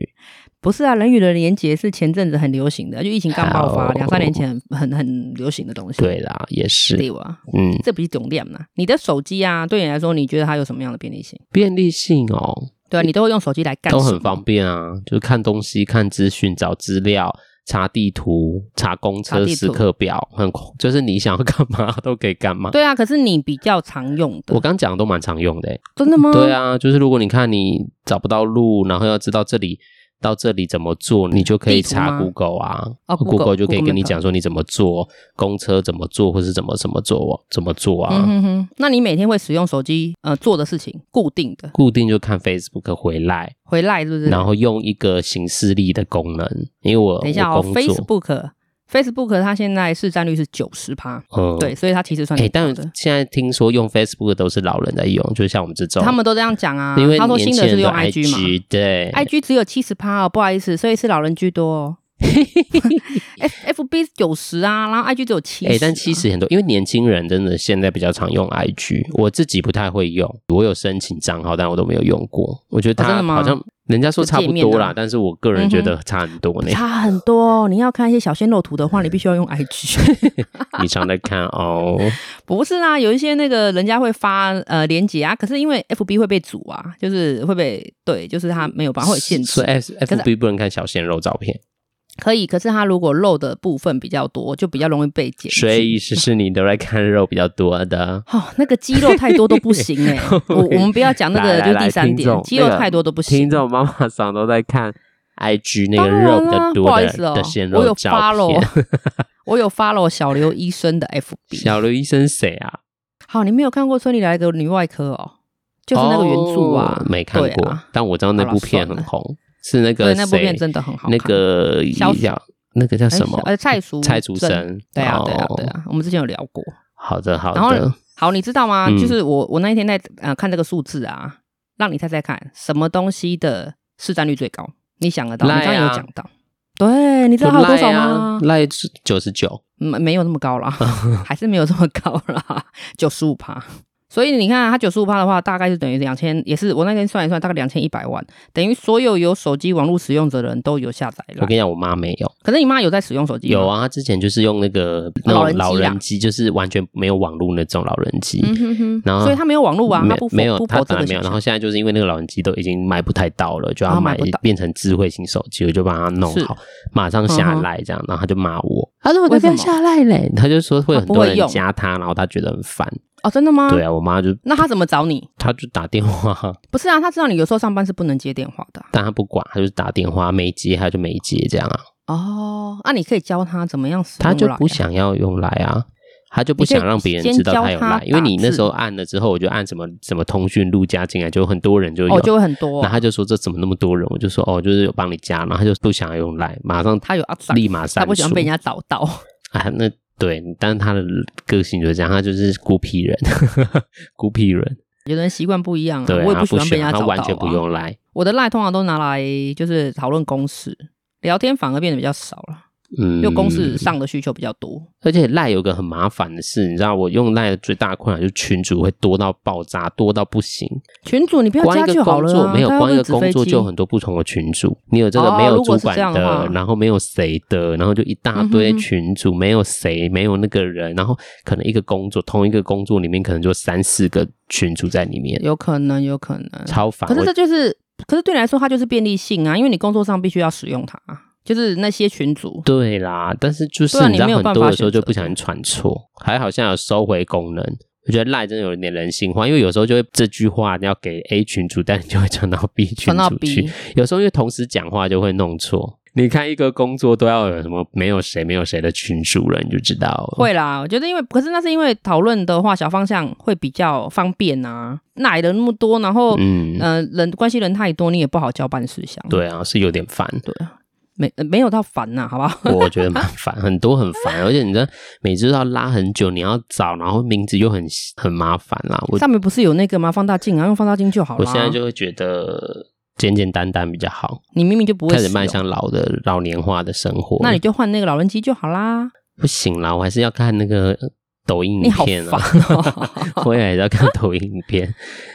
Speaker 2: 不是啊？人与人的连接是前阵子很流行的，就疫情刚爆发
Speaker 1: 好
Speaker 2: 两三年前很很很流行的东西。
Speaker 1: 哦
Speaker 2: 啊
Speaker 1: 对啦，也是，
Speaker 2: 对吧？
Speaker 1: 嗯，
Speaker 2: 这不是重点嘛？你的手机啊，对你来说，你觉得它有什么样的便利性？
Speaker 1: 便利性哦，
Speaker 2: 对啊，你都会用手机来干什
Speaker 1: 都
Speaker 2: 么？
Speaker 1: 很方便啊，就是看东西、看资讯、找资料、查地图、查公
Speaker 2: 查
Speaker 1: 车
Speaker 2: 地
Speaker 1: 时
Speaker 2: 图
Speaker 1: 刻表，很就是你想要干嘛都可以干嘛。
Speaker 2: 对啊，可是你比较常用
Speaker 1: 我
Speaker 2: 的，
Speaker 1: 刚讲的都蛮常用的欸、
Speaker 2: 真的吗？
Speaker 1: 对，啊，就是如果你看你找不到路，然后要知道这里到这里怎么做，你就可以
Speaker 2: 地图吗
Speaker 1: 查 Google 啊、
Speaker 2: 哦
Speaker 1: g o o g l e
Speaker 2: ，Google-
Speaker 1: 就可以
Speaker 2: Google
Speaker 1: 跟你
Speaker 2: Map
Speaker 1: 讲说你怎么做，公车怎么做，或是怎么怎么做，怎么做啊。
Speaker 2: 嗯哼哼。那你每天会使用手机呃做的事情，固定的
Speaker 1: 固定就看 Facebook 回来，
Speaker 2: 回来是不是？
Speaker 1: 然后用一个形式力的功能，因为我
Speaker 2: 等一下哦
Speaker 1: 我工作，
Speaker 2: ，Facebook Facebook 它现在市占率是九十趴，
Speaker 1: 嗯，
Speaker 2: 对，所以它其实算
Speaker 1: 哎、
Speaker 2: 挺高
Speaker 1: 但
Speaker 2: 的。
Speaker 1: 现在听说用 Facebook 都是老人在用，就像我们这种，
Speaker 2: 他们都这样讲啊，
Speaker 1: 因为
Speaker 2: 他说
Speaker 1: 年
Speaker 2: 新
Speaker 1: 轻
Speaker 2: 的
Speaker 1: 人
Speaker 2: 是
Speaker 1: 都
Speaker 2: 用
Speaker 1: IG
Speaker 2: IG 嘛
Speaker 1: 对
Speaker 2: ，IG 只有七十趴哦，不好意思，所以是老人居
Speaker 1: *laughs*
Speaker 2: 多哦。F FB 九十啊，然后 IG 只有七
Speaker 1: 哎、
Speaker 2: 十、
Speaker 1: 但其实很多，因为年轻人真的现在比较常用 IG，我自己不太会用，我有申请账号，但我都没有用过。我觉得
Speaker 2: 哦真
Speaker 1: 它
Speaker 2: 的吗
Speaker 1: 好像人家说差不
Speaker 2: 就界
Speaker 1: 多
Speaker 2: 面
Speaker 1: 啦
Speaker 2: 啊，
Speaker 1: 但是我个人觉得差很多
Speaker 2: *laughs*
Speaker 1: 呢。
Speaker 2: 差很多哦。你要看一些小鲜肉图的话，你必须要用 IG。
Speaker 1: 你常在看哦，
Speaker 2: *laughs* 不是啊，有一些那个人家会发呃连接啊，可是因为 FB 会被阻啊，就是会被对，就是他没有 *laughs* 办法会有限
Speaker 1: 所
Speaker 2: 制
Speaker 1: 以。F F B 不能看小鲜肉照片，
Speaker 2: 可以，可是它如果漏的部分比较多，就比较容易被检举。
Speaker 1: 所以是是你都在看肉比较多的。
Speaker 2: 哦，那个肌肉太多都不
Speaker 1: *laughs*
Speaker 2: 行哎、我我们不要讲那
Speaker 1: 来
Speaker 2: 个，
Speaker 1: 来
Speaker 2: 就是
Speaker 1: 来
Speaker 2: 第三
Speaker 1: 听
Speaker 2: 点
Speaker 1: 众，
Speaker 2: 肌肉
Speaker 1: 那个
Speaker 2: 太多 *laughs* 都不行。
Speaker 1: 听众妈妈桑都在看 IG 那
Speaker 2: 当
Speaker 1: 个
Speaker 2: 然
Speaker 1: 肉比
Speaker 2: 啦
Speaker 1: 较
Speaker 2: 不
Speaker 1: 多
Speaker 2: 好
Speaker 1: 的
Speaker 2: 意思哦
Speaker 1: 的鲜
Speaker 2: 我
Speaker 1: 肉
Speaker 2: 有
Speaker 1: 照
Speaker 2: follow
Speaker 1: 片。 *laughs*
Speaker 2: 我有 follow 小刘医生的 FB。
Speaker 1: 小刘医生谁啊？
Speaker 2: 好，你没有看过村里来的女外科哦，就是那个原著啊，
Speaker 1: 哦没看
Speaker 2: 对
Speaker 1: 过
Speaker 2: 啊，
Speaker 1: 但我知道那
Speaker 2: 好啦
Speaker 1: 部片
Speaker 2: 算
Speaker 1: 很
Speaker 2: 了
Speaker 1: 红，是那个
Speaker 2: 对，那部片
Speaker 1: 谁
Speaker 2: 真的很好看。
Speaker 1: 那个
Speaker 2: 萧
Speaker 1: 叫那个叫
Speaker 2: 哎
Speaker 1: 什么？
Speaker 2: 呃，蔡淑
Speaker 1: 蔡竹
Speaker 2: 正
Speaker 1: 生。
Speaker 2: 对啊，对啊，
Speaker 1: 哦
Speaker 2: 对。啊，我们之前有聊过。
Speaker 1: 好的，好
Speaker 2: 然后
Speaker 1: 的。
Speaker 2: 好，你知道吗？
Speaker 1: 嗯
Speaker 2: 就是我我那一天在呃看这个数字啊，让你猜猜看，什么东西的市占率最高？你想得到？你
Speaker 1: 赖啊
Speaker 2: 刚刚有讲到。对，你知道它有多少吗？
Speaker 1: 赖啊九十九，
Speaker 2: 没没有那么高
Speaker 1: *laughs*
Speaker 2: 啦，还是没有这么高啦，九十五趴。所以你看啊，它九十五趴的话，大概是等于两千，也是我那天算一算，大概两千一百万，等于所有有手机网络使用者的人都有下载
Speaker 1: 我
Speaker 2: 了
Speaker 1: 跟。你讲，我妈没有，
Speaker 2: 可是你妈有在使用手机？
Speaker 1: 有，啊，她之前就是用那个那种
Speaker 2: 老人机啊
Speaker 1: 老人机，就是完全没有网络那种老人机，
Speaker 2: 嗯哼哼，
Speaker 1: 然后
Speaker 2: 所以她没有网络啊，
Speaker 1: 没
Speaker 2: 她不否
Speaker 1: 没有
Speaker 2: 不，
Speaker 1: 她
Speaker 2: 否这
Speaker 1: 本来
Speaker 2: 个
Speaker 1: 没有，然
Speaker 2: 选项
Speaker 1: 后现在就是因为那个老人机都已经买不太到了，就
Speaker 2: 然
Speaker 1: 要
Speaker 2: 后买
Speaker 1: 买
Speaker 2: 不到
Speaker 1: 变成智慧型手机，我就把它弄
Speaker 2: 是
Speaker 1: 好，马上下
Speaker 2: 嗯哼
Speaker 1: 来这样，然后她就骂我，她说我都
Speaker 2: 为
Speaker 1: 不
Speaker 2: 什
Speaker 1: 要
Speaker 2: 么
Speaker 1: 下来嘞，她就说会有
Speaker 2: 她
Speaker 1: 很
Speaker 2: 不
Speaker 1: 多
Speaker 2: 会
Speaker 1: 人
Speaker 2: 用
Speaker 1: 加她，然后她觉得很烦，
Speaker 2: 哦，真的吗？
Speaker 1: 对啊，我妈就
Speaker 2: 那她怎么找你？
Speaker 1: 她就打电话， *laughs*
Speaker 2: 不是啊，她知道你有时候上班是不能接电话的啊
Speaker 1: 但他不管，他就是打电话没接，他就没接这样啊，
Speaker 2: 哦。那、你可以教她怎么样使用
Speaker 1: 他就
Speaker 2: 来啊
Speaker 1: 不想要用来啊，他就不想让别人知道他有来，
Speaker 2: 你可以先教他打字
Speaker 1: 因为你那时候按了之后，我就按什么什么通讯录加进来，就很多人就有，
Speaker 2: 哦，就会很多、
Speaker 1: 然后他就说这怎么那么多人，我就说哦，就是有帮你加，然后他就不想要用来，马上
Speaker 2: 她有啊，
Speaker 1: 立马删
Speaker 2: 她不喜欢
Speaker 1: 除
Speaker 2: 被人家找到。
Speaker 1: 啊，那对，但是他的个性就是这样，他就是孤僻人， *laughs* 孤僻人，
Speaker 2: 有的人习惯不一样啊，
Speaker 1: 对
Speaker 2: 我
Speaker 1: 啊，他
Speaker 2: 也喜欢被人家找
Speaker 1: 他
Speaker 2: 到、啊。
Speaker 1: 完全不用来，
Speaker 2: 我的赖通常都拿来就是讨论公事，聊天反而变得比较少了。
Speaker 1: 嗯，
Speaker 2: 因为公司上的需求比较多。
Speaker 1: 而且赖有个很麻烦的事，你知道，我用赖的最大困扰就是群主会多到爆炸，多到不行。
Speaker 2: 群主你不要
Speaker 1: 光
Speaker 2: 加
Speaker 1: 一个
Speaker 2: 就好
Speaker 1: 工
Speaker 2: 了、
Speaker 1: 作
Speaker 2: 啊，
Speaker 1: 没有，
Speaker 2: 大家
Speaker 1: 光一
Speaker 2: 会
Speaker 1: 个
Speaker 2: 纸
Speaker 1: 工
Speaker 2: 飞
Speaker 1: 作
Speaker 2: 机
Speaker 1: 就很多不同的群主，你有这个
Speaker 2: 哦
Speaker 1: 没有
Speaker 2: 如
Speaker 1: 主
Speaker 2: 果是
Speaker 1: 管
Speaker 2: 这样的
Speaker 1: 的
Speaker 2: 话，
Speaker 1: 然后没有谁的，然后就一大堆
Speaker 2: 嗯
Speaker 1: 的
Speaker 2: 哼
Speaker 1: 群主，没有谁，没有那个人，然后可能一个工作，同一个工作里面可能就三四个群主在里面，
Speaker 2: 有可能，有可能。
Speaker 1: 超烦。
Speaker 2: 可是
Speaker 1: 我
Speaker 2: 这就是，可是对你来说，它就是便利性啊，因为你工作上必须要使用它，就是那些群组。
Speaker 1: 对啦，但是就是
Speaker 2: 对啊
Speaker 1: 你知道
Speaker 2: 你没有
Speaker 1: 很
Speaker 2: 办
Speaker 1: 多
Speaker 2: 法
Speaker 1: 的时候
Speaker 2: 选择
Speaker 1: 就不小心传错，还好现在有收回功能。我觉得赖真的有一点人性化，因为有时候就会这句话你要给 A 群主，但你就会传到 B 群哦
Speaker 2: 传到
Speaker 1: 主去
Speaker 2: B。
Speaker 1: 有时候因为同时讲话就会弄错。你看一个工作都要有什么没有谁没有谁的群主了，你就知道了。
Speaker 2: 会啦，我觉得因为，可是那是因为讨论的话，小方向会比较方便啊。哪来的那么多，然后、
Speaker 1: 嗯，
Speaker 2: 呃人关系人太多，你也不好交办事项。
Speaker 1: 对啊，是有点烦，
Speaker 2: 没呃没有到烦呐、好不好？
Speaker 1: *laughs* 我觉得蛮烦，很多很烦，而且你知道每次都要拉很久，你要找，然后名字又很很麻烦啦。我
Speaker 2: *laughs* 上面不是有那个吗？放大镜啊，用放大镜就好了。
Speaker 1: 我现在就会觉得简简单单比较好。
Speaker 2: 你明明就不会
Speaker 1: 开始
Speaker 2: 使
Speaker 1: 迈
Speaker 2: 用
Speaker 1: 向老的老年化的生活。
Speaker 2: 那你就换那个老人机就好啦。
Speaker 1: 不行啦，我还是要看那个抖音
Speaker 2: 你
Speaker 1: 影
Speaker 2: 好
Speaker 1: 片啊，
Speaker 2: 烦 *laughs* 哦
Speaker 1: 我也还是要看抖音影片。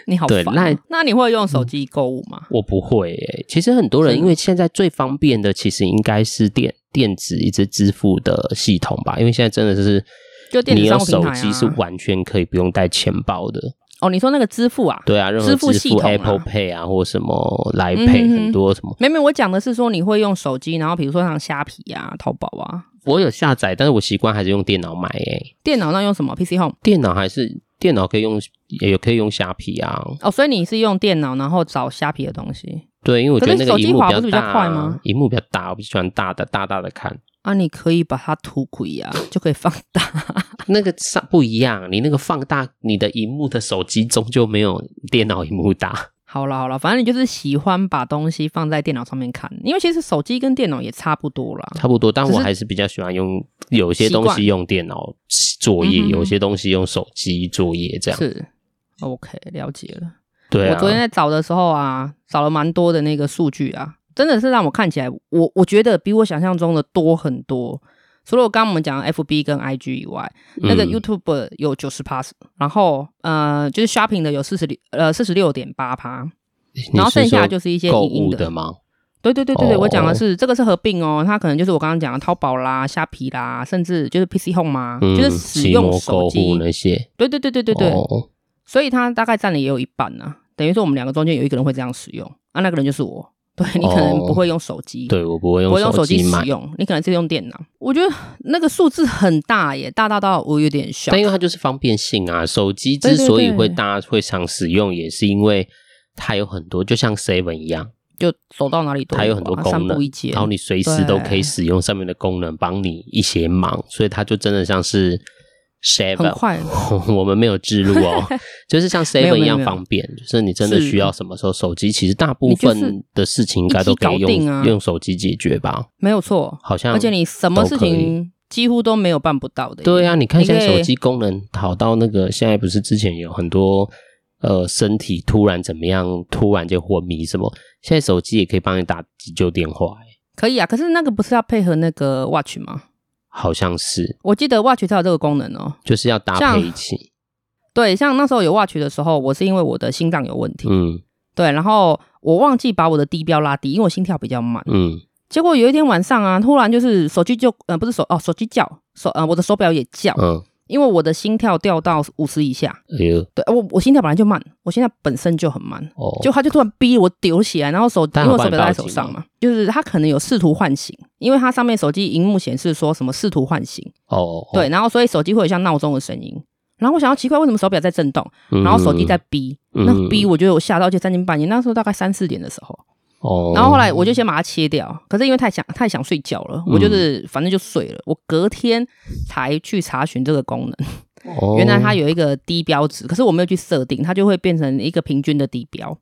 Speaker 2: 你好
Speaker 1: 对
Speaker 2: 烦哦、
Speaker 1: 那嗯
Speaker 2: 那你会用手机购物吗？
Speaker 1: 我不会诶、其实很多人
Speaker 2: 是
Speaker 1: 因为现在最方便的其实应该是电电子一直支付的系统吧，因为现在真的是。
Speaker 2: 就电子
Speaker 1: 你有
Speaker 2: 商
Speaker 1: 手
Speaker 2: 务平台啊
Speaker 1: 机是完全可以不用带钱包的，
Speaker 2: 哦，你说那个支付啊？
Speaker 1: 对啊，任何支
Speaker 2: 支付系统啊
Speaker 1: Apple Pay 啊，或什么来
Speaker 2: 嗯
Speaker 1: Pay
Speaker 2: 哼
Speaker 1: 很多什么，
Speaker 2: 没有没有，我讲的是说你会用手机，然后比如说像虾皮啊、淘宝啊，
Speaker 1: 我有下载，但是我习惯还是用电脑买诶、
Speaker 2: 电脑上用什么 PC Home
Speaker 1: 电脑还是电脑可以用，也可以用虾皮啊，
Speaker 2: 哦，所以你是用电脑然后找虾皮的东西
Speaker 1: 对，因为我觉得那个
Speaker 2: 可是手机
Speaker 1: 荧幕
Speaker 2: 滑
Speaker 1: 比较
Speaker 2: 不是比
Speaker 1: 大、
Speaker 2: 较快吗
Speaker 1: 荧幕比较大，我不喜欢大的大大的看，
Speaker 2: 啊，你可以把它涂鬼啊，就可以放大。
Speaker 1: 那个上不一样。你那个放大，你的荧幕的手机终究没有电脑荧幕大。
Speaker 2: 好了好了，反正你就是喜欢把东西放在电脑上面看，因为其实手机跟电脑也差不多啦。
Speaker 1: 差不多，但
Speaker 2: 只
Speaker 1: 我
Speaker 2: 是
Speaker 1: 还是比较喜欢用有些
Speaker 2: 习惯
Speaker 1: 东西用电脑作业，
Speaker 2: 嗯哼
Speaker 1: 有些东西用手机作业这样。
Speaker 2: 是，OK，了解了。
Speaker 1: 对
Speaker 2: 我
Speaker 1: 啊，
Speaker 2: 昨天在找的时候啊，找了蛮多的那个数据啊，真的是让我看起来，我我觉得比我想象中的多很多。除了我刚刚我们讲的 FB 跟 IG 以外，那个
Speaker 1: 嗯
Speaker 2: YouTube 有九十 pass，然后呃就是 shopping 的有四十六呃四十六点八趴，
Speaker 1: 你
Speaker 2: 然后
Speaker 1: 是
Speaker 2: 剩下
Speaker 1: 说
Speaker 2: 就是一些
Speaker 1: 购
Speaker 2: 影音
Speaker 1: 物
Speaker 2: 的。
Speaker 1: 的吗？
Speaker 2: 对对对对对，
Speaker 1: 哦
Speaker 2: 我讲的是这个是合并哦，它可能就是我刚刚讲的淘宝啦、虾皮啦，甚至就是 PC Home 嘛、
Speaker 1: 嗯，
Speaker 2: 就是使
Speaker 1: 奇
Speaker 2: 用
Speaker 1: 摩购
Speaker 2: 手
Speaker 1: 物
Speaker 2: 机。
Speaker 1: 那些。
Speaker 2: 对对对对对对，
Speaker 1: 哦
Speaker 2: 所以它大概占了也有一半啊，等于说我们两个中间有一个人会这样使用啊，那个人就是我。对你可能
Speaker 1: 哦
Speaker 2: 不会用手机，
Speaker 1: 对我不会
Speaker 2: 不会
Speaker 1: 用
Speaker 2: 用手机
Speaker 1: 买
Speaker 2: 使，用，你可能是用电脑。我觉得那个数字很大耶，大大到我有点小
Speaker 1: 但。因为它就是方便性啊，手机之
Speaker 2: 对对
Speaker 1: 所以
Speaker 2: 对
Speaker 1: 会大家会常使用，也是因为它有很多，就像 Seven 一样，
Speaker 2: 就走到哪里都
Speaker 1: 它有很多
Speaker 2: 啊
Speaker 1: 功
Speaker 2: 散步
Speaker 1: 能
Speaker 2: 一街，
Speaker 1: 然后你随时都可以使用上面的功能帮你一些忙，所以它就真的像是
Speaker 2: 很
Speaker 1: Seven。
Speaker 2: 快。
Speaker 1: *laughs* 我们没有置入
Speaker 2: *laughs*
Speaker 1: 哦，就是像
Speaker 2: 没有
Speaker 1: Seven
Speaker 2: 没有
Speaker 1: 一样
Speaker 2: 没有
Speaker 1: 方便，就是你真的
Speaker 2: 是
Speaker 1: 需要什么时候手机，其实大部
Speaker 2: 你就是
Speaker 1: 分的事情应该
Speaker 2: 一
Speaker 1: 都
Speaker 2: 机
Speaker 1: 可以
Speaker 2: 搞定
Speaker 1: 用、
Speaker 2: 啊
Speaker 1: 用手机解决吧？
Speaker 2: 没有错，
Speaker 1: 好像
Speaker 2: 而且你什么
Speaker 1: 都
Speaker 2: 事
Speaker 1: 可以
Speaker 2: 情几乎都没有办不到的。
Speaker 1: 对
Speaker 2: 呀、
Speaker 1: 啊，你看
Speaker 2: 你
Speaker 1: 现在
Speaker 2: 可以
Speaker 1: 手机功能好到那个，现在不是之前有很多呃身体突然怎么样，突然就昏迷什么，现在手机也可以帮你打急救电话、欸
Speaker 2: 可以啊。可是那个不是要配合那个 Watch 吗？
Speaker 1: 好像是
Speaker 2: 我记得 Watch 才有这个功能哦。
Speaker 1: 就是要搭
Speaker 2: 像
Speaker 1: 配一起，
Speaker 2: 对，像那时候有 Watch 的时候，我是因为我的心脏有问题，
Speaker 1: 嗯
Speaker 2: 对，然后我忘记把我的低标拉低，因为我心跳比较慢。
Speaker 1: 嗯，
Speaker 2: 结果有一天晚上啊，突然就是手机就呃不是手哦手机叫手呃我的手表也叫，
Speaker 1: 嗯，
Speaker 2: 因为我的心跳掉到五十以下。
Speaker 1: 哎呦
Speaker 2: 对，我我心跳本来就慢，我心跳本身就很慢，
Speaker 1: 哦，
Speaker 2: 就他就突然逼我丢起来，然后手因
Speaker 1: 但
Speaker 2: 为
Speaker 1: 有
Speaker 2: 我
Speaker 1: 帮
Speaker 2: 手
Speaker 1: 你
Speaker 2: 表在
Speaker 1: 报
Speaker 2: 手
Speaker 1: 警
Speaker 2: 上
Speaker 1: 吗
Speaker 2: 嘛，就是他可能有试图唤醒，因为它上面手机荧幕显示说什么试图唤醒，
Speaker 1: 哦，
Speaker 2: 对，然后所以手机会有像闹钟的声音。然后我想要奇怪为什么手表在震动，
Speaker 1: 嗯，
Speaker 2: 然后手机在逼，
Speaker 1: 嗯
Speaker 2: 那逼我觉得我吓到，就三更半夜，那时候大概三四点的时候，
Speaker 1: 哦，
Speaker 2: 然后后来我就先把它切掉，可是因为太想太想睡觉了，我
Speaker 1: 嗯
Speaker 2: 就是反正就睡了。我隔天才去查询这个功能，
Speaker 1: 哦
Speaker 2: 原来它有一个低标值，可是我没有去设定，它就会变成一个平均的低标。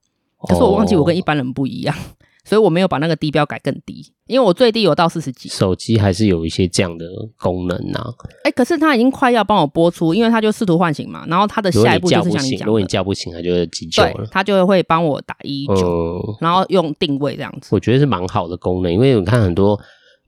Speaker 2: 可是我忘记我跟一
Speaker 1: 哦
Speaker 2: 般人不一样，所以我没有把那个低标改更低，因为我最低有到四十几。
Speaker 1: 手机还是有一些这样的功能呐、啊，
Speaker 2: 哎，可是它已经快要帮我播出，因为它就试图唤醒嘛，然后它的
Speaker 1: 如果
Speaker 2: 下一
Speaker 1: 你
Speaker 2: 步
Speaker 1: 叫
Speaker 2: 就是
Speaker 1: 不
Speaker 2: 像
Speaker 1: 醒，
Speaker 2: 讲
Speaker 1: 如果你
Speaker 2: 的，
Speaker 1: 叫不醒，它就会急救
Speaker 2: 对
Speaker 1: 了，。
Speaker 2: 它就会帮我打一九，
Speaker 1: 嗯，
Speaker 2: 然后用定位这样子。
Speaker 1: 哦我觉得是蛮好的功能，因为我看很多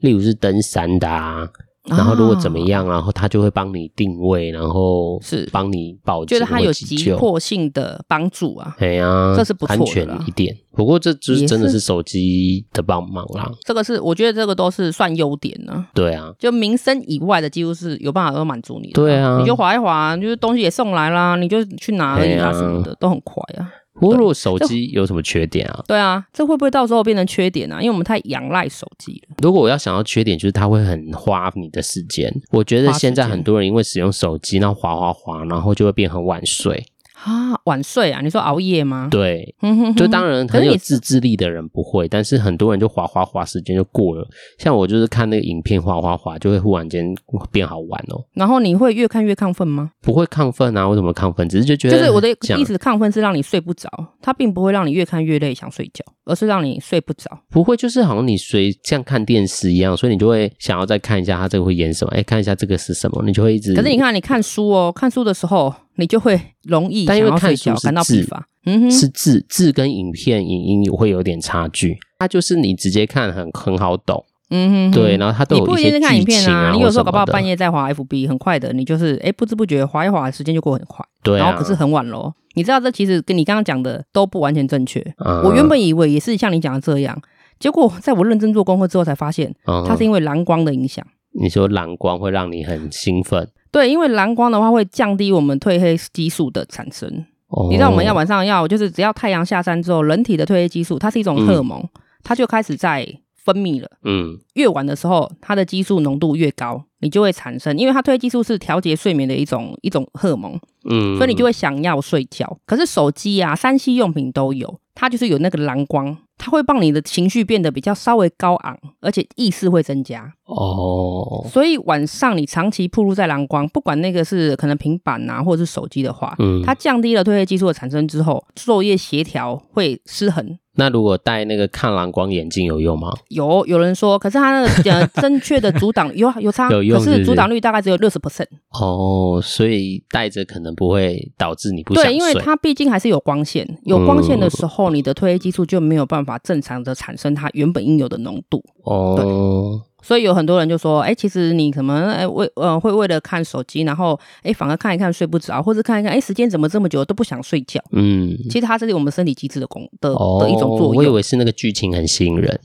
Speaker 1: 例如是登山的啊，然后如果怎么样，啊然后他就会帮你定位，然后
Speaker 2: 是
Speaker 1: 帮你报警
Speaker 2: 觉
Speaker 1: 或
Speaker 2: 得
Speaker 1: 急救，
Speaker 2: 他有急迫性的帮助啊，
Speaker 1: 哎呀，
Speaker 2: 这是不错的
Speaker 1: 安全
Speaker 2: 啦
Speaker 1: 一点。不过这就是
Speaker 2: 也
Speaker 1: 真的是
Speaker 2: 是
Speaker 1: 手机的帮忙啦，
Speaker 2: 这个是我觉得这个都是算优点呢、
Speaker 1: 对啊，
Speaker 2: 就民生以外的，几乎是有办法都满足你的。
Speaker 1: 对啊
Speaker 2: 你就划一划，就是东西也送来啦，你就去拿而已
Speaker 1: 对
Speaker 2: 啊
Speaker 1: 啊
Speaker 2: 什么的，都很快啊。
Speaker 1: 不过如果手机有什么缺点啊？
Speaker 2: 对啊，这会不会到时候变成缺点啊？因为我们太仰赖手机了。
Speaker 1: 如果我要想要缺点，就是它会很花你的时间。我觉得
Speaker 2: 花时
Speaker 1: 现在
Speaker 2: 间
Speaker 1: 很多人因为使用手机，然后滑滑滑，然后就会变很晚睡。
Speaker 2: 啊，晚睡啊？你说熬夜吗？
Speaker 1: 对，
Speaker 2: 嗯哼哼
Speaker 1: 就当然
Speaker 2: 可
Speaker 1: 很
Speaker 2: 是
Speaker 1: 有
Speaker 2: 你是
Speaker 1: 自制力的人不会，但是很多人就滑滑滑，时间就过了。像我就是看那个影片滑滑滑，就会忽然间变好玩哦。
Speaker 2: 然后你会越看越亢奋吗？
Speaker 1: 不会亢奋啊？为什么亢奋？只是就觉
Speaker 2: 就
Speaker 1: 得
Speaker 2: 是我的
Speaker 1: 这样
Speaker 2: 意思，亢奋是让你睡不着，它并不会让你越看越累想睡觉，而是让你睡不着。
Speaker 1: 不会，就是好像你随像看电视一样，所以你就会想要再看一下它这个会演什么，哎，看一下这个是什么，你就会一直。
Speaker 2: 可是你看，你看书哦，看书的时候你就会容易
Speaker 1: 但
Speaker 2: 想
Speaker 1: 因为
Speaker 2: 要睡
Speaker 1: 看书
Speaker 2: 觉，
Speaker 1: 是
Speaker 2: 感到疲
Speaker 1: 字
Speaker 2: 乏。嗯哼，
Speaker 1: 是字字跟影片影音会有点差距，它就是你直接看很很好懂，
Speaker 2: 嗯哼哼，
Speaker 1: 对，然后它都
Speaker 2: 你
Speaker 1: 有
Speaker 2: 不一
Speaker 1: 一
Speaker 2: 定
Speaker 1: 些
Speaker 2: 是看影
Speaker 1: 剧
Speaker 2: 片
Speaker 1: 情
Speaker 2: 啊，你
Speaker 1: 或
Speaker 2: 有时
Speaker 1: 什
Speaker 2: 候搞不
Speaker 1: 么
Speaker 2: 好
Speaker 1: 的
Speaker 2: 半夜在滑 FB，很快的，你就是哎不知不觉滑一滑，时间就过很快，
Speaker 1: 对啊，
Speaker 2: 然后可是很晚喽。你知道这其实跟你刚刚讲的都不完全正确。
Speaker 1: 嗯
Speaker 2: 我原本以为也是像你讲的这样，结果在我认真做功课之后才发现，
Speaker 1: 嗯
Speaker 2: 它是因为蓝光的影响。
Speaker 1: 你说蓝光会让你很兴奋，
Speaker 2: 对，因为蓝光的话会降低我们褪黑激素的产生。
Speaker 1: 哦
Speaker 2: 你知道我们要晚上要，就是只要太阳下山之后，人体的褪黑激素它是一种荷尔蒙，它就开始在分泌了。
Speaker 1: 嗯
Speaker 2: 越晚的时候，它的激素浓度越高，你就会产生，因为它褪黑激素是调节睡眠的一种一种荷尔蒙，
Speaker 1: 嗯，
Speaker 2: 所以你就会想要睡觉。可是手机啊、三 C 用品都有，它就是有那个蓝光，它会帮你的情绪变得比较稍微高昂，而且意识会增加。
Speaker 1: 哦
Speaker 2: 所以晚上你长期暴露在蓝光，不管那个是可能平板啊，或者是手机的话，
Speaker 1: 嗯，
Speaker 2: 它降低了褪黑激素的产生之后，昼夜协调会失衡。
Speaker 1: 那如果戴那个抗蓝光眼镜有用吗？
Speaker 2: 有有人说，可是它那个呃正确的阻挡 *laughs* 有啊有差，
Speaker 1: 有用
Speaker 2: 可
Speaker 1: 是不
Speaker 2: 是
Speaker 1: 是
Speaker 2: 阻挡率大概只有六十 percent。
Speaker 1: 哦，所以戴着可能不会导致你不想
Speaker 2: 对，
Speaker 1: 睡，嗯
Speaker 2: 因为它毕竟还是有光线，有光线的时候，你的褪黑激素就没有办法正常的产生它原本应有的浓度。
Speaker 1: 哦，
Speaker 2: 所以有很多人就说，哎、其实你可能哎为呃会为了看手机，然后哎、反而看一看睡不着，或者看一看哎、时间怎么这么久都不想睡觉。
Speaker 1: 嗯。
Speaker 2: 其实它是我们身体机制的功的、
Speaker 1: 哦，
Speaker 2: 的一种作
Speaker 1: 我以
Speaker 2: 用。
Speaker 1: 为是那个剧情很吸引人，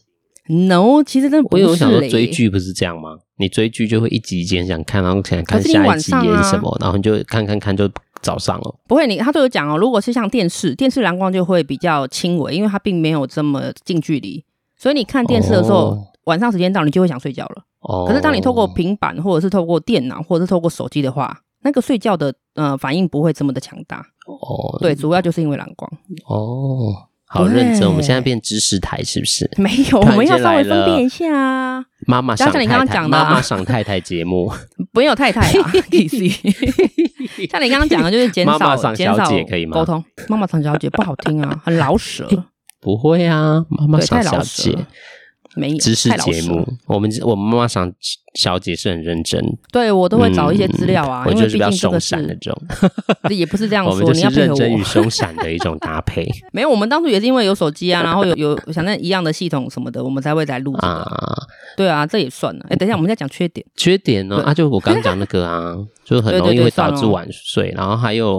Speaker 2: No，其实真的不
Speaker 1: 我
Speaker 2: 是、
Speaker 1: 有想说
Speaker 2: 嘞
Speaker 1: 追剧不是这样吗？你追剧就会一集一集很想看，然后想看
Speaker 2: 可是你
Speaker 1: 下
Speaker 2: 晚
Speaker 1: 一集
Speaker 2: 上啊
Speaker 1: 演什么，然后你就看看看就早上了。
Speaker 2: 不会，你他都有讲哦。如果是像电视，电视蓝光就会比较轻微，因为它并没有这么近距离，所以你看电视的时候，
Speaker 1: 哦
Speaker 2: 晚上时间到你就会想睡觉了。
Speaker 1: 哦，
Speaker 2: 可是当你透过平板或者是透过电脑或者是透过手机的话，那个睡觉的呃反应不会这么的强大。
Speaker 1: 哦
Speaker 2: 对，主要就是因为蓝光。 *laughs*
Speaker 1: 哦，好
Speaker 2: 对
Speaker 1: 认真，我们现在变知识台是不是？
Speaker 2: 没有，
Speaker 1: 突然
Speaker 2: 我们要
Speaker 1: 间
Speaker 2: 稍
Speaker 1: 来
Speaker 2: 微分
Speaker 1: 了
Speaker 2: 辨一下啊，
Speaker 1: 妈妈赏
Speaker 2: 加上
Speaker 1: 太
Speaker 2: 你
Speaker 1: 太，
Speaker 2: 刚刚讲的啊
Speaker 1: 妈妈赏太太节目，
Speaker 2: 没有太太
Speaker 1: *laughs*
Speaker 2: 啊，easy。像你刚刚讲的，就是减
Speaker 1: 妈妈
Speaker 2: 少
Speaker 1: 桑
Speaker 2: 减
Speaker 1: 小
Speaker 2: 少
Speaker 1: 姐可以吗
Speaker 2: 沟通。妈妈桑小姐不好听
Speaker 1: *laughs*
Speaker 2: 啊，很老舍，
Speaker 1: 不会啊，妈妈
Speaker 2: 对，
Speaker 1: 赏
Speaker 2: 太
Speaker 1: 小
Speaker 2: 老舍
Speaker 1: 姐
Speaker 2: 了。没有
Speaker 1: 知识
Speaker 2: 太老
Speaker 1: 节
Speaker 2: 舍
Speaker 1: 目
Speaker 2: 了，
Speaker 1: 我们我们妈妈赏小姐是很认真，
Speaker 2: 对我都会找一些资料啊，
Speaker 1: 嗯我
Speaker 2: 因
Speaker 1: 就
Speaker 2: 为
Speaker 1: 是比
Speaker 2: 毕
Speaker 1: 较
Speaker 2: 竟这
Speaker 1: 松
Speaker 2: 个
Speaker 1: 散那
Speaker 2: 是
Speaker 1: 种，
Speaker 2: *laughs* 也不是这
Speaker 1: *laughs*
Speaker 2: 样
Speaker 1: 我们
Speaker 2: 说，
Speaker 1: 就
Speaker 2: 你
Speaker 1: 是
Speaker 2: 要配合
Speaker 1: 认真与
Speaker 2: 我。
Speaker 1: 松散的一种搭配
Speaker 2: *laughs*
Speaker 1: *laughs*
Speaker 2: 没有，我们当初也是因为有手机啊，然后有有想那一样的系统什么的，我们才会来录这个。
Speaker 1: 啊。
Speaker 2: 对啊，这也算了。哎，等一下我们再讲缺点。
Speaker 1: 缺点呢、
Speaker 2: 对
Speaker 1: 啊，就我刚刚讲那个
Speaker 2: *laughs*
Speaker 1: 啊，就是很
Speaker 2: 对对
Speaker 1: 容易
Speaker 2: 对
Speaker 1: 会
Speaker 2: 算
Speaker 1: 导
Speaker 2: 了
Speaker 1: 致晚睡，然后还有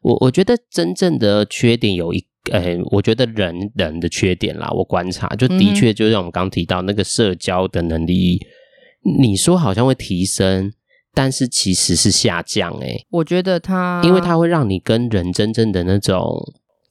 Speaker 1: 我我觉得真正的缺点有一。呃，我觉得人人的缺点啦，我观察就
Speaker 2: 嗯哼
Speaker 1: 的确就像我们刚提到那个社交的能力，你说好像会提升，但是其实是下降诶、
Speaker 2: 我觉得它
Speaker 1: 因为它会让你跟人真正的那种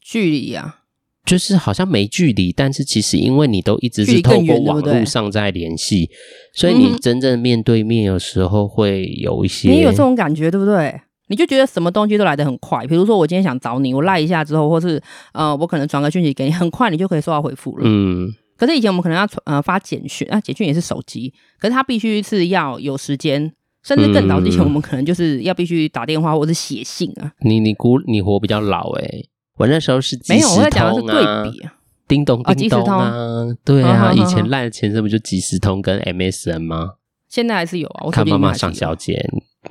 Speaker 2: 距离啊，
Speaker 1: 就是好像没距离，但是其实因为你都一直
Speaker 2: 距
Speaker 1: 是
Speaker 2: 离
Speaker 1: 透
Speaker 2: 更
Speaker 1: 过
Speaker 2: 远
Speaker 1: 网
Speaker 2: 对不对
Speaker 1: 络上在联系，所以你
Speaker 2: 嗯
Speaker 1: 真正面对面有时候会有一些，
Speaker 2: 你也有这种感觉对不对？你就觉得什么东西都来得很快，比如说我今天想找你，我赖一下之后，或是呃，我可能转个讯息给你，很快你就可以收到回复了。
Speaker 1: 嗯，
Speaker 2: 可是以前我们可能要传呃发简讯，啊，简讯也是手机，可是它必须是要有时间，甚至更早之前，
Speaker 1: 嗯
Speaker 2: 我们可能就是要必须打电话或者是写信啊。
Speaker 1: 你你估你活比较老诶、我那时候是即
Speaker 2: 没有，我
Speaker 1: 时
Speaker 2: 在讲的是
Speaker 1: 通啊
Speaker 2: 对，比啊。
Speaker 1: 叮咚
Speaker 2: 哦
Speaker 1: 叮咚啊，
Speaker 2: 即
Speaker 1: 对
Speaker 2: 嗯
Speaker 1: 啊，
Speaker 2: 哼
Speaker 1: 以
Speaker 2: 哼
Speaker 1: 前
Speaker 2: 哼
Speaker 1: 赖的前身不就即时通跟 MSN 吗？
Speaker 2: 现在还是有啊。我手
Speaker 1: 看
Speaker 2: 机
Speaker 1: 妈
Speaker 2: 里
Speaker 1: 妈
Speaker 2: 面还是
Speaker 1: 赏小姐，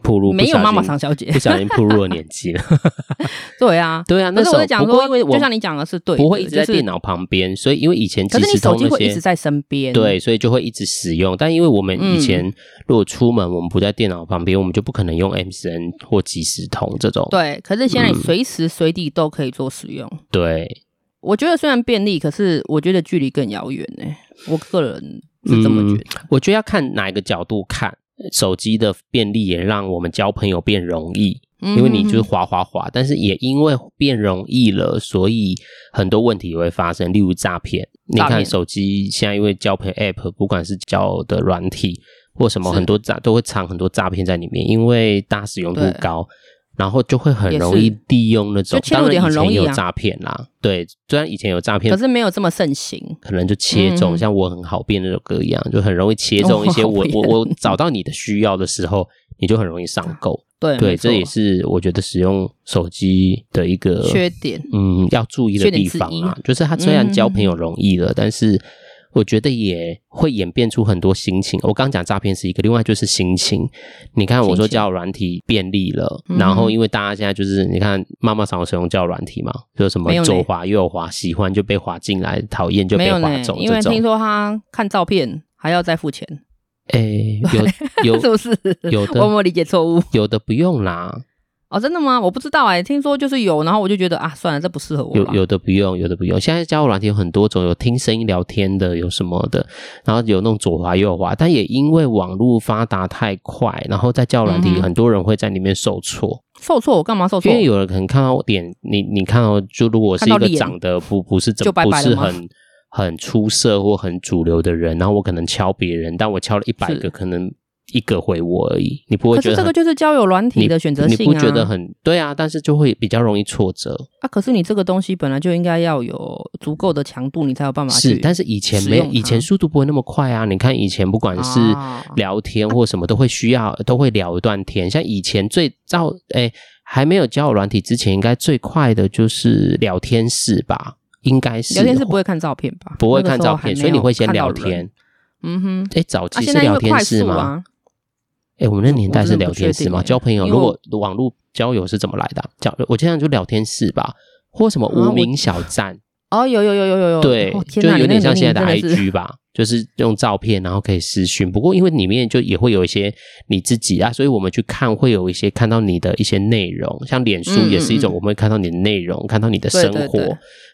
Speaker 1: 铺路
Speaker 2: 没有妈妈
Speaker 1: 赏
Speaker 2: 桑小姐 *laughs*
Speaker 1: 不，小心步入了年纪了。 *laughs*
Speaker 2: 对啊。
Speaker 1: 对啊，那
Speaker 2: 可
Speaker 1: 时
Speaker 2: 是
Speaker 1: 候
Speaker 2: 我在讲
Speaker 1: 不过
Speaker 2: 说，
Speaker 1: 因为我
Speaker 2: 就像你讲的是对的，
Speaker 1: 不会一直在
Speaker 2: 就是
Speaker 1: 电脑旁边，所以因为以前即
Speaker 2: 可是你
Speaker 1: 时
Speaker 2: 手
Speaker 1: 通
Speaker 2: 机
Speaker 1: 那
Speaker 2: 会一
Speaker 1: 些
Speaker 2: 直。在身边，
Speaker 1: 对，所以就会一直使用。但因为我们以前
Speaker 2: 嗯
Speaker 1: 如果出门，我们不在电脑旁边，我们就不可能用 MSN 或即时通这种。
Speaker 2: 对。可是现在你
Speaker 1: 嗯
Speaker 2: 随时随地都可以做使用，
Speaker 1: 对，
Speaker 2: 我觉得虽然便利，可是我觉得距离更遥远呢、我个人是这么觉得。
Speaker 1: 我觉得要看哪一个角度看。手机的便利也让我们交朋友变容易，
Speaker 2: 嗯
Speaker 1: 因为你就是
Speaker 2: 哼
Speaker 1: 滑滑滑，但是也因为变容易了，所以很多问题也会发生，例如诈骗。你
Speaker 2: 诈骗
Speaker 1: 看手机现在因为交朋友 App，不管是交的软体或什么，
Speaker 2: 是
Speaker 1: 很多诈都会藏很多诈骗在里面，因为大家使用度
Speaker 2: 对
Speaker 1: 高。然后就会很
Speaker 2: 也
Speaker 1: 容易
Speaker 2: 是
Speaker 1: 利用那种，
Speaker 2: 就切
Speaker 1: 当
Speaker 2: 入
Speaker 1: 然
Speaker 2: 点很
Speaker 1: 以前
Speaker 2: 容易
Speaker 1: 也有
Speaker 2: 啊
Speaker 1: 诈骗啦，对，虽然以前有诈骗
Speaker 2: 可，是没有这么盛行。
Speaker 1: 可能就切中，
Speaker 2: 嗯
Speaker 1: 像我很好变那首歌一样，就很容易切中一些
Speaker 2: 哦
Speaker 1: 我
Speaker 2: 好变
Speaker 1: 我我找到你的需要的时候，你就很容易上钩。
Speaker 2: 对
Speaker 1: 对，
Speaker 2: 没错
Speaker 1: 这也是我觉得使用手机的一个
Speaker 2: 缺点。
Speaker 1: 嗯，要注意的地方
Speaker 2: 缺点
Speaker 1: 啊，就是它虽然交朋友容易了，
Speaker 2: 嗯
Speaker 1: 但是我觉得也会演变出很多心情。我刚讲诈骗是一个，另外就是心情。你看，我
Speaker 2: 心
Speaker 1: 说
Speaker 2: 情
Speaker 1: 交友软体便利了，
Speaker 2: 嗯
Speaker 1: 然后因为大家现在就是你看，妈妈常有使用交友软体嘛，就什么
Speaker 2: 没有呢
Speaker 1: 左滑右滑，喜欢就被滑进来，讨厌就
Speaker 2: 没
Speaker 1: 被
Speaker 2: 有
Speaker 1: 滑
Speaker 2: 呢
Speaker 1: 走，
Speaker 2: 因为
Speaker 1: 这
Speaker 2: 听
Speaker 1: 种。
Speaker 2: 说他看照片还要再付钱，
Speaker 1: 诶，有
Speaker 2: *laughs* 是
Speaker 1: 有
Speaker 2: 不是？
Speaker 1: 有的
Speaker 2: 我有没有理解错误？
Speaker 1: 有的不用啦，
Speaker 2: 哦，真的吗？我不知道哎、听说就是有，然后我就觉得啊，算了，这不适合我
Speaker 1: 有
Speaker 2: 吧。
Speaker 1: 有的不用，有的不用。现在交友软体有很多种，有听声音聊天的，有什么的，然后有那种左滑右滑。但也因为网络发达太快，然后在交友软
Speaker 2: 嗯
Speaker 1: 体
Speaker 2: 哼
Speaker 1: 很多人会在里面受挫，
Speaker 2: 受挫，我干嘛受挫？
Speaker 1: 因为有人可能看到脸，你你看到就如果是一
Speaker 2: 看到
Speaker 1: 个
Speaker 2: 脸
Speaker 1: 长得不不是怎
Speaker 2: 就拜
Speaker 1: 不
Speaker 2: 拜了
Speaker 1: 是
Speaker 2: 吗
Speaker 1: 很。很出色或很主流的人，然后我可能敲别人，但我敲了一百
Speaker 2: 是
Speaker 1: 个，可能一个回我而已，你不会
Speaker 2: 可
Speaker 1: 觉
Speaker 2: 是
Speaker 1: 得
Speaker 2: 这
Speaker 1: 很
Speaker 2: 个就是交友软体
Speaker 1: 你
Speaker 2: 的选择性啊。
Speaker 1: 你不觉得很对啊？但是就会比较容易挫折，
Speaker 2: 啊？可是你这个东西本来就应该要有足够的强度，你才有办法去
Speaker 1: 是，但是以前
Speaker 2: 使
Speaker 1: 没有，
Speaker 2: 用
Speaker 1: 以前
Speaker 2: 它
Speaker 1: 速度不会那么快啊。你看以前不管是
Speaker 2: 啊
Speaker 1: 聊天或什么，都会需要，都会聊一段天。像以前最早，哎、还没有交友软体之前，应该最快的就是聊天室吧？应该是
Speaker 2: 聊天是不会看照片吧？
Speaker 1: 不会
Speaker 2: 那个
Speaker 1: 看
Speaker 2: 时候
Speaker 1: 照
Speaker 2: 还
Speaker 1: 片，
Speaker 2: 没
Speaker 1: 所以你
Speaker 2: 有
Speaker 1: 会先
Speaker 2: 看到
Speaker 1: 聊
Speaker 2: 人。
Speaker 1: 天。
Speaker 2: 嗯哼，
Speaker 1: 哎、早
Speaker 2: 啊，
Speaker 1: 期
Speaker 2: 现
Speaker 1: 是
Speaker 2: 在因
Speaker 1: 聊
Speaker 2: 为
Speaker 1: 天
Speaker 2: 快
Speaker 1: 室
Speaker 2: 速
Speaker 1: 吗？
Speaker 2: 啊，
Speaker 1: 哎、我们那
Speaker 2: 我
Speaker 1: 年代
Speaker 2: 真
Speaker 1: 是
Speaker 2: 的
Speaker 1: 聊
Speaker 2: 不
Speaker 1: 天
Speaker 2: 确
Speaker 1: 室
Speaker 2: 定
Speaker 1: 吗？
Speaker 2: 欸
Speaker 1: 交朋友
Speaker 2: 因
Speaker 1: 如
Speaker 2: 为
Speaker 1: 果网络交友是怎么来的啊、交我记得就聊天室吧，或什么
Speaker 2: 啊
Speaker 1: 无
Speaker 2: 我
Speaker 1: 名小站。
Speaker 2: 哦，有有有有有有，
Speaker 1: 对，
Speaker 2: 哦、
Speaker 1: 就
Speaker 2: 天哪，
Speaker 1: 有点
Speaker 2: 你那个
Speaker 1: 像现在的
Speaker 2: 年龄真的是
Speaker 1: IG 吧，就是用照片，然后可以私讯。不过因为里面就也会有一些你自己啊，所以我们去看会有一些看到你的一些内容，像脸书
Speaker 2: 嗯
Speaker 1: 也是一种，
Speaker 2: 嗯嗯
Speaker 1: 我们会看到你的内容，看到你的
Speaker 2: 对
Speaker 1: 生
Speaker 2: 对
Speaker 1: 活，
Speaker 2: 对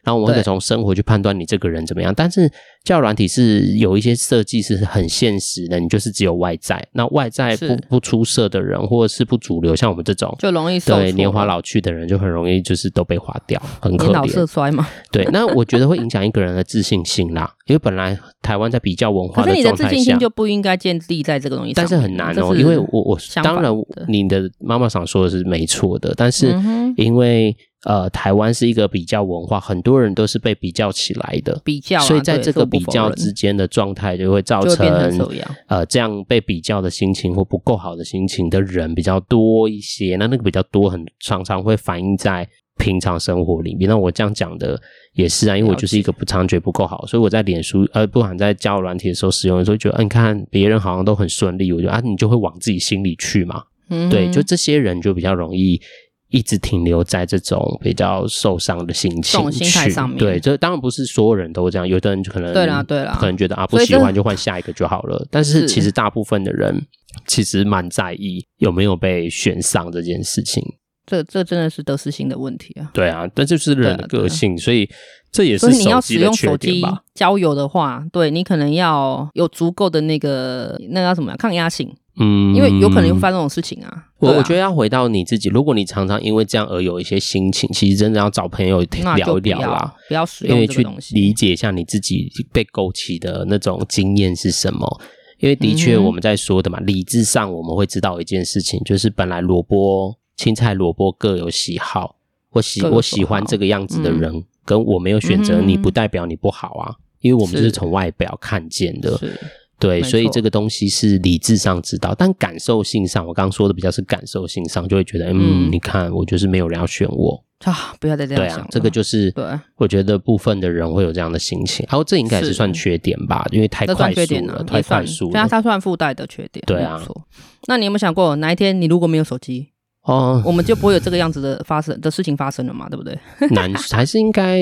Speaker 1: 然后我们可以
Speaker 2: 对
Speaker 1: 从生活去判断你这个人怎么样。但是交友软体是有一些设计是很现实的，你就是只有外在，那外在不
Speaker 2: 是
Speaker 1: 不出色的人或者是不主流，像我们这种。
Speaker 2: 就容易受
Speaker 1: 对
Speaker 2: 挫啊
Speaker 1: 年华老去的人就很容易就是都被划掉，很可
Speaker 2: 年老
Speaker 1: 怜。
Speaker 2: 色衰嘛。
Speaker 1: 对，那我觉得会影响一个人的自信心啦，因为本来台湾在比较文化
Speaker 2: 可是你的
Speaker 1: 状
Speaker 2: 自
Speaker 1: 态
Speaker 2: 信
Speaker 1: 下
Speaker 2: 心，就不应该建立在这个东西上
Speaker 1: 但
Speaker 2: 面，
Speaker 1: 是很难哦，
Speaker 2: 这是
Speaker 1: 因为我我
Speaker 2: 相反
Speaker 1: 当然
Speaker 2: 的
Speaker 1: 你的妈妈想说的是没错的，但是
Speaker 2: 嗯哼
Speaker 1: 因为、呃台湾是一个比较文化，很多人都是被比较起来的。
Speaker 2: 比较啊，
Speaker 1: 所以在
Speaker 2: 对
Speaker 1: 这
Speaker 2: 我
Speaker 1: 个
Speaker 2: 不
Speaker 1: 比
Speaker 2: 否
Speaker 1: 较
Speaker 2: 认
Speaker 1: 之间的状态，就会造
Speaker 2: 就会变成
Speaker 1: 成
Speaker 2: 这样
Speaker 1: 呃这样被比较的心情或不够好的心情的人比较多一些。那那个比较多很，常常会反映在平常生活里面。那我这样讲的也是啊，因为我
Speaker 2: 了
Speaker 1: 就是一个不常觉得不够好，所以我在脸书呃，不管在交友软体的时候使用的时候，觉得、嗯，你看别人好像都很顺利，我就啊，你就会往自己心里去嘛。
Speaker 2: 嗯哼
Speaker 1: 对，就这些人就比较容易一直停留在这种比较受伤的心
Speaker 2: 这
Speaker 1: 情
Speaker 2: 种
Speaker 1: 去，
Speaker 2: 心态上面
Speaker 1: 对，这当然不是所有人都这样，有的人就可能
Speaker 2: 对啦对啦
Speaker 1: 可能觉得啊不
Speaker 2: 所以
Speaker 1: 喜
Speaker 2: 这
Speaker 1: 欢就换下一个就好了。但是
Speaker 2: 是
Speaker 1: 其实大部分的人其实蛮在意有没有被选上这件事情。
Speaker 2: 这这真的是得失心的问题啊。
Speaker 1: 对啊，但就是人的
Speaker 2: 对啊对啊
Speaker 1: 个性，所以这也
Speaker 2: 所
Speaker 1: 是
Speaker 2: 以你要
Speaker 1: 手
Speaker 2: 使
Speaker 1: 机的
Speaker 2: 用
Speaker 1: 缺
Speaker 2: 手
Speaker 1: 点
Speaker 2: 机
Speaker 1: 吧。
Speaker 2: 交友的话，对你可能要有足够的那个那个叫什么啊抗压性，
Speaker 1: 嗯，
Speaker 2: 因为有可能会发生这种事情啊。
Speaker 1: 我、
Speaker 2: 对啊
Speaker 1: 我觉得要回到你自己，如果你常常因为这样而有一些心情，其实真的要找朋友
Speaker 2: 那
Speaker 1: 聊一
Speaker 2: 就不
Speaker 1: 聊
Speaker 2: 要
Speaker 1: 啦。
Speaker 2: 不要使
Speaker 1: 因为
Speaker 2: 用这
Speaker 1: 去
Speaker 2: 个东
Speaker 1: 理
Speaker 2: 西。
Speaker 1: 解一下你自己被勾起的那种经验是什么。因为的确
Speaker 2: 嗯哼
Speaker 1: 我们在说的嘛，理智上我们会知道一件事情，就是本来萝卜、青菜、萝卜各有喜好。我喜
Speaker 2: 各有所好嗯
Speaker 1: 我喜欢这个样子的人，跟我没有选择你，
Speaker 2: 嗯哼
Speaker 1: 不代表你不好啊。因为我们就是
Speaker 2: 是
Speaker 1: 从外表看见的，
Speaker 2: 是
Speaker 1: 对，
Speaker 2: 没
Speaker 1: 所以
Speaker 2: 错
Speaker 1: 这个东西是理智上知道，但感受性上，我刚刚说的比较是感受性上，就会觉得，嗯，
Speaker 2: 嗯
Speaker 1: 你看，我就是没有人要选我，
Speaker 2: 啊，不要再这
Speaker 1: 对
Speaker 2: 样想
Speaker 1: 啊
Speaker 2: 了。，
Speaker 1: 这个就是
Speaker 2: 对
Speaker 1: 我觉得部分的人会有这样的心情，然后这应该也是
Speaker 2: 是
Speaker 1: 算缺点吧，因为太
Speaker 2: 这
Speaker 1: 快
Speaker 2: 算缺
Speaker 1: 速
Speaker 2: 点
Speaker 1: 了，
Speaker 2: 啊，
Speaker 1: 太快
Speaker 2: 也算，
Speaker 1: 速
Speaker 2: 对啊，
Speaker 1: 了。
Speaker 2: 它算附带的缺点，
Speaker 1: 对啊
Speaker 2: 没有错。那你有没有想过，哪一天你如果没有手机， *laughs*
Speaker 1: 哦，
Speaker 2: 我们就不会有这个样子的发生的事情发生了嘛？对不对？
Speaker 1: 难还是应该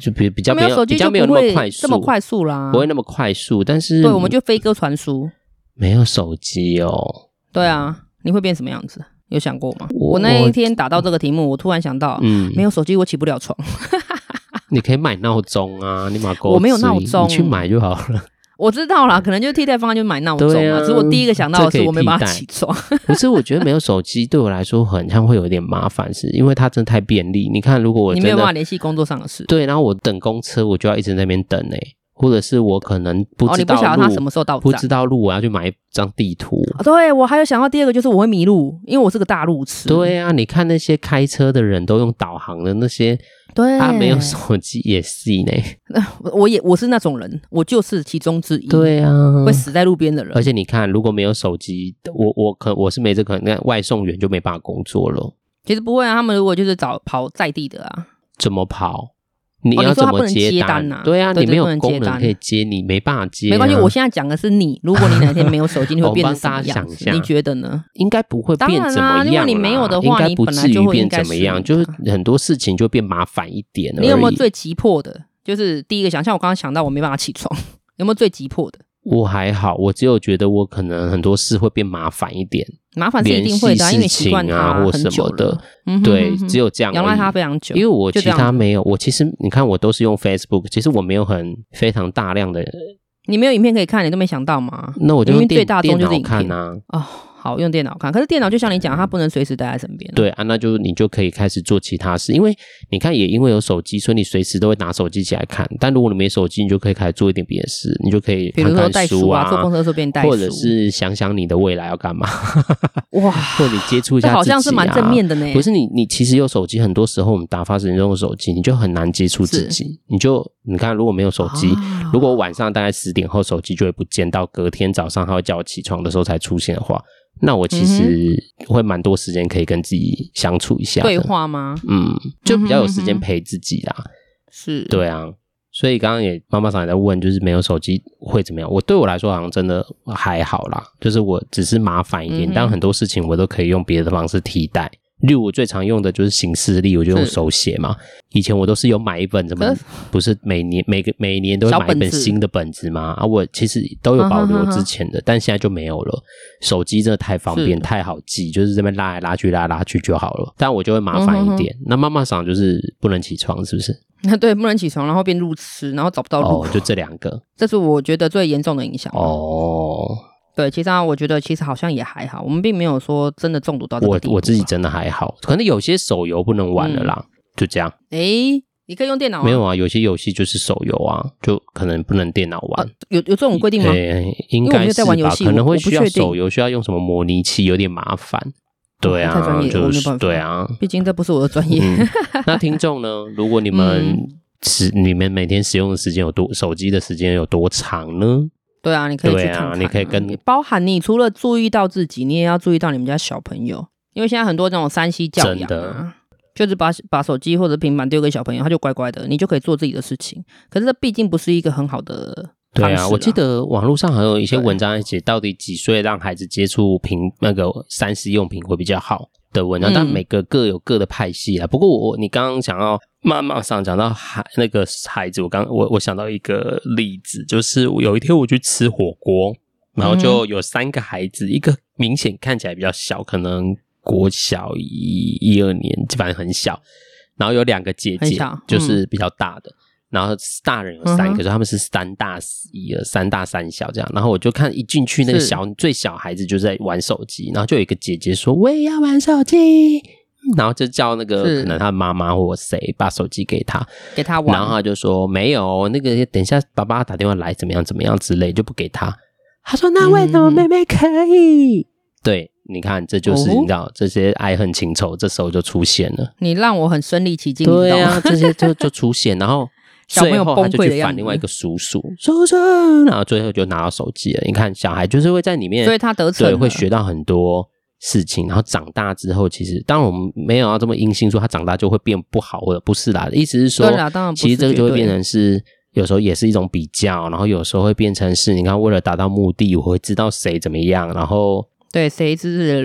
Speaker 1: 就比比较没
Speaker 2: 没有手
Speaker 1: 有比
Speaker 2: 机
Speaker 1: 较
Speaker 2: 就
Speaker 1: 没有
Speaker 2: 不
Speaker 1: 那么快
Speaker 2: 会
Speaker 1: 速，
Speaker 2: 这么快速啦，
Speaker 1: 不会那么快速，但是
Speaker 2: 对，我们就飞鸽传书。
Speaker 1: 没有手机哦。
Speaker 2: 对啊，你会变什么样子？有想过吗？
Speaker 1: 我
Speaker 2: 我那一天打到这个题目，我突然想到，
Speaker 1: 嗯，
Speaker 2: 没有手机我起不了床。 *laughs*
Speaker 1: 你可以买闹钟啊，你买狗
Speaker 2: 我没有闹钟
Speaker 1: 你去买就好
Speaker 2: *laughs*
Speaker 1: 了。
Speaker 2: 我知道啦，可能就是替代方案就是买闹钟
Speaker 1: 对啊
Speaker 2: 嘛。只是我第一个想到的
Speaker 1: 这可
Speaker 2: 是
Speaker 1: 以
Speaker 2: 我没办法
Speaker 1: 替代
Speaker 2: 起床。
Speaker 1: 可是我觉得没有手机对我来说很像会有一点麻烦，是因为它真的太便利。你看，如果我
Speaker 2: *laughs* 你没有
Speaker 1: 真的
Speaker 2: 办法联系工作上的事。
Speaker 1: 对，然后我等公车，我就要一直在那边等哎、或者是我可能不
Speaker 2: 哦，
Speaker 1: 知
Speaker 2: 你不
Speaker 1: 道
Speaker 2: 晓得
Speaker 1: 路，
Speaker 2: 他什么时候到
Speaker 1: 不
Speaker 2: 站
Speaker 1: 知。道路，我要去买一张地图。
Speaker 2: 啊对，我还有想到第二个就是我会迷路，因为我是个大路痴。
Speaker 1: 对啊，你看那些开车的人都用导航的那些，
Speaker 2: 对，
Speaker 1: 他、啊没有手机也是
Speaker 2: *laughs*
Speaker 1: 呢。
Speaker 2: 我我也我是那种人，我就是其中之一，，
Speaker 1: 对啊，
Speaker 2: 会死在路边的人
Speaker 1: 而。且你看，如果没有手机，我我可我是没这可能，那外送员就没办法工作了，
Speaker 2: 其实不会啊，他们如果就是找跑在地的啊，
Speaker 1: 怎么跑？你
Speaker 2: 哦你
Speaker 1: 要
Speaker 2: 说
Speaker 1: 怎
Speaker 2: 他不
Speaker 1: 么
Speaker 2: 能
Speaker 1: 接
Speaker 2: 接
Speaker 1: 单
Speaker 2: 单啊
Speaker 1: 对啊，
Speaker 2: 对
Speaker 1: 你
Speaker 2: 对
Speaker 1: 没
Speaker 2: 不
Speaker 1: 有
Speaker 2: 能接
Speaker 1: 功能
Speaker 2: 单
Speaker 1: 可以接，你没办法接、啊
Speaker 2: 没关系。我现在讲的是你，如果你哪天没有手机，你
Speaker 1: 我
Speaker 2: 会
Speaker 1: 们
Speaker 2: 变成
Speaker 1: 帮
Speaker 2: 什么
Speaker 1: 大家
Speaker 2: 样
Speaker 1: 想一
Speaker 2: 子？
Speaker 1: 下
Speaker 2: 你觉得呢？
Speaker 1: 应该不会变怎么
Speaker 2: 当然啦
Speaker 1: 样啦、
Speaker 2: 如果你没有的话
Speaker 1: 应该不至于变怎么样，
Speaker 2: 你本来
Speaker 1: 就
Speaker 2: 就
Speaker 1: 是
Speaker 2: 会应该是啊
Speaker 1: 很多事情就变麻烦一点而已。
Speaker 2: 你有没有最急迫的？就是第一个想，像我刚刚想到我没办法起床，有没有最急迫的？
Speaker 1: 我还好，我只有觉得我可能很多事会变麻烦一点，
Speaker 2: 麻烦是一
Speaker 1: 联
Speaker 2: 定
Speaker 1: 系
Speaker 2: 会的啊，因
Speaker 1: 事
Speaker 2: 为你习
Speaker 1: 情
Speaker 2: 惯
Speaker 1: 啊
Speaker 2: 它
Speaker 1: 或
Speaker 2: 很
Speaker 1: 什
Speaker 2: 久
Speaker 1: 么的
Speaker 2: 了，，嗯哼
Speaker 1: 对
Speaker 2: 嗯，哼
Speaker 1: 只有这样
Speaker 2: 仰赖它
Speaker 1: 而已。
Speaker 2: 非常久，
Speaker 1: 因为我
Speaker 2: 就
Speaker 1: 其
Speaker 2: 这样
Speaker 1: 他
Speaker 2: 子
Speaker 1: 没有，我其实你看我都是用 Facebook，其实我没有很非常大量的，
Speaker 2: 你没有影片可以看，你都没想到吗？
Speaker 1: 那我就
Speaker 2: 明
Speaker 1: 用
Speaker 2: 明
Speaker 1: 电
Speaker 2: 最大
Speaker 1: 电
Speaker 2: 宗就
Speaker 1: 脑
Speaker 2: 是影
Speaker 1: 看
Speaker 2: 片
Speaker 1: 啊，
Speaker 2: 哦，好用电脑看，可是电脑就像你讲，它不能随时待在身边。，
Speaker 1: 嗯对啊，那就你就可以开始做其他事，因为你看也因为有手机，所以你随时都会拿手机起来看，但如果你没手机，你就可以开始做一点别的事，你就可以
Speaker 2: 比
Speaker 1: 看
Speaker 2: 如说
Speaker 1: 看
Speaker 2: 带书
Speaker 1: 啊，
Speaker 2: 坐公车的时候变带书，
Speaker 1: 或者是想想你的未来要干嘛， *laughs*
Speaker 2: 哇，
Speaker 1: 或者你接触一下自己、
Speaker 2: 这
Speaker 1: 啊，
Speaker 2: 好像是蛮正面的呢。
Speaker 1: 不是你，你其实有手机，很多时候我们打发时间用手机，你就很难接触自己。你就你看，如果没有手机，
Speaker 2: 啊
Speaker 1: 如果晚上大概十点后手机就会不见，到隔天早上他会叫我起床的时候才出现的话，那我其实会蛮多时间可以跟自己相处一下的
Speaker 2: 嗯对。话吗？
Speaker 1: 嗯，就比较有时
Speaker 2: 嗯
Speaker 1: 间
Speaker 2: 哼嗯哼
Speaker 1: 陪自己啦。
Speaker 2: 是，
Speaker 1: 对啊，所以刚刚也妈妈常也在问，就是没有手机会怎么样？我对我来说好像真的还好啦，就是我只是麻烦一点，
Speaker 2: 嗯哼
Speaker 1: 但很多事情我都可以用别的方式替代。例如我最常用的就是行事历，我就用
Speaker 2: 是
Speaker 1: 手写嘛。以前我都是有买一本什么
Speaker 2: 可是，
Speaker 1: 不是每年每个每年都会
Speaker 2: 小
Speaker 1: 买一本
Speaker 2: 本子
Speaker 1: 新的本子嘛？啊，我其实都有保留
Speaker 2: 啊哈哈哈
Speaker 1: 之前的，但现在就没有了。手机真的太方便，
Speaker 2: 是
Speaker 1: 太好记，就是这边拉来拉去，拉来拉去就好了。但我就会
Speaker 2: 嗯
Speaker 1: 麻烦一点。那妈妈桑就是不能起床，是不是？
Speaker 2: 那 *laughs* 对不能起床，然后变路痴，然后找不到路
Speaker 1: 哦，，就这两个
Speaker 2: 这是我觉得最严重的影响。
Speaker 1: 哦。
Speaker 2: 对，其实啊，我觉得其实好像也还好，我们并没有说真的中毒到这个
Speaker 1: 哦我
Speaker 2: 地步啊
Speaker 1: 我自己真的还好，可能有些手游不能玩了啦，
Speaker 2: 嗯
Speaker 1: 就这样。
Speaker 2: 诶，你可以用电脑啊
Speaker 1: 没有啊，有些游戏就是手游啊，就可能不能电脑
Speaker 2: 啊
Speaker 1: 玩。，
Speaker 2: 有有
Speaker 1: 嗯
Speaker 2: 这种规定吗？
Speaker 1: 对，应
Speaker 2: 因为我没
Speaker 1: 该
Speaker 2: 有
Speaker 1: 是
Speaker 2: 在玩游
Speaker 1: 吧？
Speaker 2: 戏
Speaker 1: 可能
Speaker 2: 我
Speaker 1: 会
Speaker 2: 我不
Speaker 1: 需要
Speaker 2: 确定哦
Speaker 1: 手游需要用什么模拟器，有点麻烦。对
Speaker 2: 太专
Speaker 1: 啊，
Speaker 2: 业
Speaker 1: 就
Speaker 2: 了我没有
Speaker 1: 是
Speaker 2: 办法
Speaker 1: 对啊。
Speaker 2: 毕竟这不是我的专业。 *laughs*
Speaker 1: 嗯，那听众呢？如果你们
Speaker 2: 嗯
Speaker 1: 使你们每天使用的时间有多，手机的时间有多长呢？
Speaker 2: 对啊，你可以
Speaker 1: 对
Speaker 2: 去
Speaker 1: 啊
Speaker 2: 看看、
Speaker 1: 你可以跟
Speaker 2: 包含你除了注意到自己，你也要注意到你们家小朋友，因为现在很多那种山西教
Speaker 1: 真
Speaker 2: 养
Speaker 1: 的
Speaker 2: 啊，就是把把手机或者平板丢给小朋友，他就乖乖的，你就可以做自己的事情。可是这毕竟不是一个很好的方
Speaker 1: 对
Speaker 2: 式
Speaker 1: 啊，我记得网络上还有一些
Speaker 2: 对
Speaker 1: 文章在写到底几岁让孩子接触平那个三 C 用品会比较好的文章，
Speaker 2: 嗯
Speaker 1: 但每个各有各的派系啊啦。不过我你刚刚讲到妈妈上讲到孩那个孩子，我刚我我想到一个例子，就是有一天我去吃火锅，然后就有三个孩子，一个明显看起来比较小，可能国小一一二年，反正很小，然后有两个姐
Speaker 2: 很
Speaker 1: 姐
Speaker 2: 小，
Speaker 1: 就是比较大的。然后大人有三个，
Speaker 2: 嗯哼
Speaker 1: 所以他们是三大一二三大三小这样。然后我就看一进去那个
Speaker 2: 是
Speaker 1: 小最小孩子就在玩手机，然后就有一个姐姐说我也要玩手机，然后就叫那个
Speaker 2: 是
Speaker 1: 可能他妈妈或谁把手机给他，
Speaker 2: 给他
Speaker 1: 然后
Speaker 2: 玩，
Speaker 1: 他就说没有那个等一下爸爸打电话来怎么样怎么样之类就不给他。他说那为什么
Speaker 2: 嗯
Speaker 1: 妹妹可以？对，你看这就是
Speaker 2: 哦
Speaker 1: 你知道这些爱恨情仇这时候就出现了。
Speaker 2: 你让我很身临其境，
Speaker 1: 对
Speaker 2: 你知道
Speaker 1: 啊，
Speaker 2: 吗？
Speaker 1: 这些就就出现，然后
Speaker 2: *laughs* 小朋
Speaker 1: 最
Speaker 2: 友
Speaker 1: 后
Speaker 2: 崩
Speaker 1: 他就
Speaker 2: 溃的
Speaker 1: 去
Speaker 2: 样
Speaker 1: 反
Speaker 2: 子
Speaker 1: 另外一个叔叔，叔叔，然后最后就拿到手机了。你看，小孩就是会在里面
Speaker 2: 所以他得逞
Speaker 1: 对
Speaker 2: 了，
Speaker 1: 会学到很多事情，然后长大之后，其实当然我们没有要这么阴性说他长大就会变不好或者不是啦，意思是说，
Speaker 2: 对啦当然不是
Speaker 1: 其实这个就会
Speaker 2: 绝对
Speaker 1: 变成是。有时候也是一种比较，然后有时候会变成是，你看，为了达到目的，我会知道谁怎么样，然后
Speaker 2: 对，谁是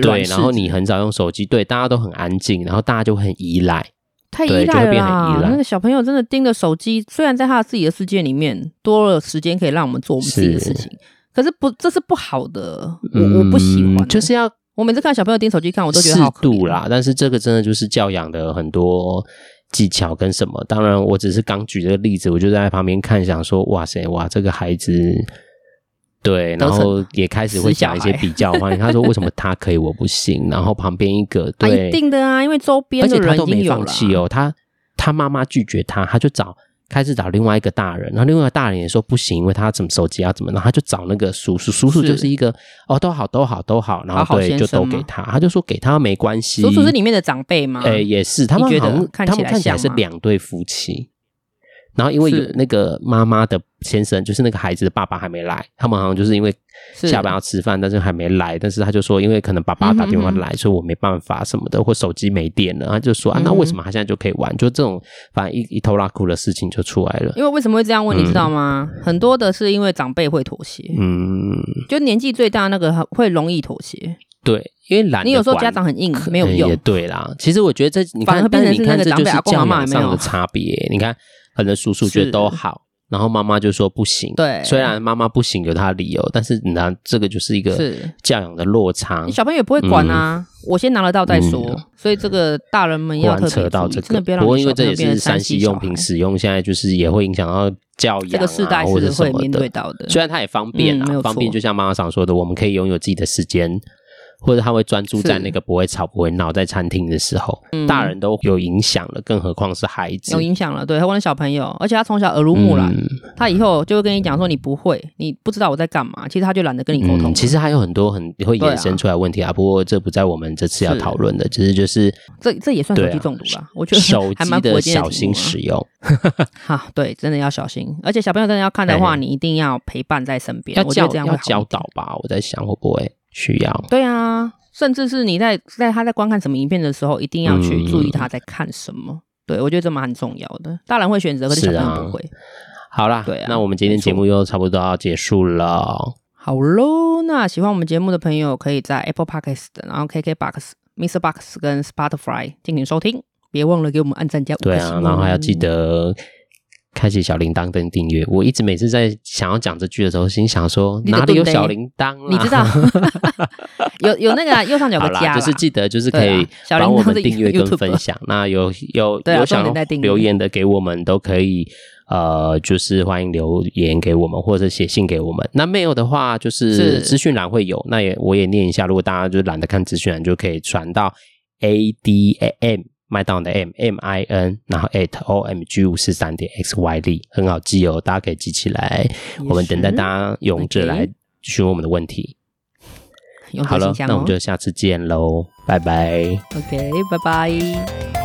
Speaker 1: 对，
Speaker 2: 软柿
Speaker 1: 然后
Speaker 2: 子
Speaker 1: 你很少用手机，对，大家都很安静，然后大家就会很依赖，
Speaker 2: 太
Speaker 1: 对
Speaker 2: 依
Speaker 1: 就会
Speaker 2: 赖了
Speaker 1: 变很
Speaker 2: 啦
Speaker 1: 依赖
Speaker 2: 那个小朋友真的盯着手机，虽然在他自己的世界里面多了时间可以让我们做我们自己的
Speaker 1: 是
Speaker 2: 事情，可是不，这是不好的，我、
Speaker 1: 嗯
Speaker 2: 我不喜欢。欸
Speaker 1: 就是要
Speaker 2: 我每次看小朋友盯手机看，我都觉
Speaker 1: 适
Speaker 2: 得好可怜哦
Speaker 1: 度啦。。但是这个真的就是教养的很多技巧跟什么。当然，我只是刚举这个例子，我就在旁边看，想说哇塞，哇这个孩子。对，
Speaker 2: 都
Speaker 1: 然
Speaker 2: 是欸
Speaker 1: 后也开始会讲一些
Speaker 2: 死小孩
Speaker 1: 比较话，他说为什么他可以我不行，然后旁边一个
Speaker 2: *laughs* 啊，
Speaker 1: 对，
Speaker 2: 一定的啊，因为周边
Speaker 1: 而
Speaker 2: 的
Speaker 1: 且他
Speaker 2: 人
Speaker 1: 都
Speaker 2: 已经
Speaker 1: 没
Speaker 2: 有
Speaker 1: 放
Speaker 2: 了。
Speaker 1: 弃哦，他他妈妈拒绝他，他就找开始找另外一个大人，然后另外一个大人也说不行，因为他怎么手机要怎么，然后他就找那个叔叔，叔叔
Speaker 2: 是
Speaker 1: 就是一个哦都好都好都好，然
Speaker 2: 好
Speaker 1: 后
Speaker 2: 好
Speaker 1: 对
Speaker 2: 先
Speaker 1: 就
Speaker 2: 生
Speaker 1: 都
Speaker 2: 吗
Speaker 1: 给他，他就说给他没关系。
Speaker 2: 叔叔是里面的长辈吗？
Speaker 1: 哎、也是，他
Speaker 2: 你
Speaker 1: 们
Speaker 2: 觉
Speaker 1: 好
Speaker 2: 得
Speaker 1: 像
Speaker 2: 看
Speaker 1: 他
Speaker 2: 起
Speaker 1: 们
Speaker 2: 来
Speaker 1: 看起来
Speaker 2: 像
Speaker 1: 是
Speaker 2: 吗
Speaker 1: 两对夫妻。然后因为有
Speaker 2: 是
Speaker 1: 那个妈妈的先生，就是那个孩子的爸爸还没来，他们好像就是因为
Speaker 2: 是
Speaker 1: 下班要吃饭，但是还没来。但是他就说，因为可能爸爸打电话
Speaker 2: 嗯哼嗯哼
Speaker 1: 来，所以我没办法什么的，或手机没电了，他就说啊，那
Speaker 2: 嗯哼
Speaker 1: 为什么他现在就可以玩？就这种反正一一头拉苦的事情就出来了。
Speaker 2: 因为为什么会这样问，
Speaker 1: 嗯
Speaker 2: 你知道吗？很多的是因为长辈会妥协，
Speaker 1: 嗯，
Speaker 2: 就年纪最大那个会容易妥协。
Speaker 1: 对，因为懒得管。
Speaker 2: 你有时候家长很硬，没有
Speaker 1: 嗯
Speaker 2: 用
Speaker 1: 也。对啦，其实我觉得这你
Speaker 2: 反
Speaker 1: 看
Speaker 2: 而，
Speaker 1: 但
Speaker 2: 变
Speaker 1: 是你
Speaker 2: 成是
Speaker 1: 看
Speaker 2: 那个
Speaker 1: 这
Speaker 2: 长
Speaker 1: 就
Speaker 2: 辈
Speaker 1: 是
Speaker 2: 阿公
Speaker 1: 教
Speaker 2: 阿嬷
Speaker 1: 养
Speaker 2: 有
Speaker 1: 上
Speaker 2: 没有
Speaker 1: 的差别。你看，很多叔叔觉得
Speaker 2: 是
Speaker 1: 都好，然后妈妈就说不行。
Speaker 2: 对
Speaker 1: 虽然妈妈不行有她的理由，但是你看这个就是一个
Speaker 2: 是，
Speaker 1: 教养的落差
Speaker 2: 你。小朋友也不会管啊，我先拿得到再说。所以这个大人
Speaker 1: 嗯
Speaker 2: 们
Speaker 1: 忽
Speaker 2: 要
Speaker 1: 然
Speaker 2: 特别注
Speaker 1: 扯
Speaker 2: 意
Speaker 1: 到这
Speaker 2: 真的
Speaker 1: 个
Speaker 2: 不要，
Speaker 1: 不
Speaker 2: 让
Speaker 1: 过
Speaker 2: 你
Speaker 1: 因为
Speaker 2: 小
Speaker 1: 这
Speaker 2: 朋
Speaker 1: 也
Speaker 2: 友变
Speaker 1: 是
Speaker 2: 成
Speaker 1: 三
Speaker 2: 山
Speaker 1: 西
Speaker 2: 西
Speaker 1: 用品
Speaker 2: 小孩
Speaker 1: 使用，现在就是也会影响到教
Speaker 2: 这
Speaker 1: 养
Speaker 2: 个世
Speaker 1: 啊，
Speaker 2: 代
Speaker 1: 或者
Speaker 2: 是
Speaker 1: 什
Speaker 2: 会
Speaker 1: 么
Speaker 2: 面
Speaker 1: 的
Speaker 2: 对。到的。
Speaker 1: 虽然它也方便
Speaker 2: 嗯没
Speaker 1: 啊，
Speaker 2: 有
Speaker 1: 方便
Speaker 2: 错
Speaker 1: 就像妈妈常说的，我们可以拥有自己的时间，或者他会专注在
Speaker 2: 是嗯
Speaker 1: 那个不会吵、不会闹，在餐厅的时候，大人都有影响了，更何况是孩子
Speaker 2: 有。影响了，对，我的小朋友，而且他从小耳濡目染，
Speaker 1: 嗯
Speaker 2: 他以后就会跟你讲说你不会，你不知道我在干嘛，其实他就懒得跟你沟通了、
Speaker 1: 嗯，其实还有很多很会
Speaker 2: 对
Speaker 1: 衍
Speaker 2: 啊
Speaker 1: 生出来的问题啊，不过这不在我们这次要
Speaker 2: 是
Speaker 1: 讨论的，只是就是
Speaker 2: 这这也算手
Speaker 1: 对
Speaker 2: 机
Speaker 1: 啊
Speaker 2: 中毒吧？我觉得
Speaker 1: 手
Speaker 2: 还
Speaker 1: 机
Speaker 2: 蛮符合
Speaker 1: 的
Speaker 2: 今天的
Speaker 1: 小
Speaker 2: 题目
Speaker 1: 心
Speaker 2: 啊
Speaker 1: 使用，
Speaker 2: 哈，对，真的要小心。而且小朋友真的要看的话，
Speaker 1: 哎
Speaker 2: 你一定要陪伴在身边
Speaker 1: 要，
Speaker 2: 我觉
Speaker 1: 教
Speaker 2: 得这样会
Speaker 1: 要
Speaker 2: 好一点
Speaker 1: 教导吧，我在想会不会需要。
Speaker 2: 对啊，甚至是你在在他在观看什么影片的时候，一定要
Speaker 1: 嗯
Speaker 2: 去注意他在看什么。对我觉得这蛮重要的。大人会选择，可是小
Speaker 1: 是
Speaker 2: 朋
Speaker 1: 啊
Speaker 2: 友不会。
Speaker 1: 好啦，
Speaker 2: 对啊
Speaker 1: 那我们今天
Speaker 2: 没错
Speaker 1: 节目又差不多要结束了。
Speaker 2: 好喽，那喜欢我们节目的朋友，可以在 Apple Podcast、然后 KKBox、Mr. Box 跟 Spotify 进行收听。别忘了给我们按赞加五
Speaker 1: 对
Speaker 2: 颗
Speaker 1: 啊
Speaker 2: 星，
Speaker 1: 然后还要记
Speaker 2: 哦
Speaker 1: 得开启小铃铛跟订阅。我一直每次在想要讲这句的时候，心想说
Speaker 2: 你的
Speaker 1: 哪里有
Speaker 2: 盾杯
Speaker 1: 小铃铛啦？*laughs*
Speaker 2: 你知道有有那个啊右上角有
Speaker 1: 好
Speaker 2: 个加
Speaker 1: 啦，
Speaker 2: 啦，
Speaker 1: 就是记得就是可
Speaker 2: 对啊
Speaker 1: 以
Speaker 2: 小铃
Speaker 1: 帮我
Speaker 2: 铛
Speaker 1: 们
Speaker 2: 是
Speaker 1: 订阅跟
Speaker 2: YouTube
Speaker 1: 分享。那有有
Speaker 2: *laughs* 对啊
Speaker 1: 有
Speaker 2: 重
Speaker 1: 想
Speaker 2: 点
Speaker 1: 要
Speaker 2: 在订阅
Speaker 1: 留言的给我们都可以。呃，就是欢迎留言给我们，或者写信给我们。那没有的话，就是
Speaker 2: 是
Speaker 1: 资讯栏会有，那也我也念一下。如果大家就懒得看资讯栏，就可以传到 a d a m 麦当劳的 m m i n，然后 at o m g 五四三点 x y d，很好记哦，大家可以记起来。我们等待大家踊着
Speaker 2: OK
Speaker 1: 来询问我们的问题。
Speaker 2: 用这
Speaker 1: 好了
Speaker 2: 个信，箱
Speaker 1: 那我们
Speaker 2: 哦
Speaker 1: 就下次见喽，拜拜。
Speaker 2: OK，拜拜。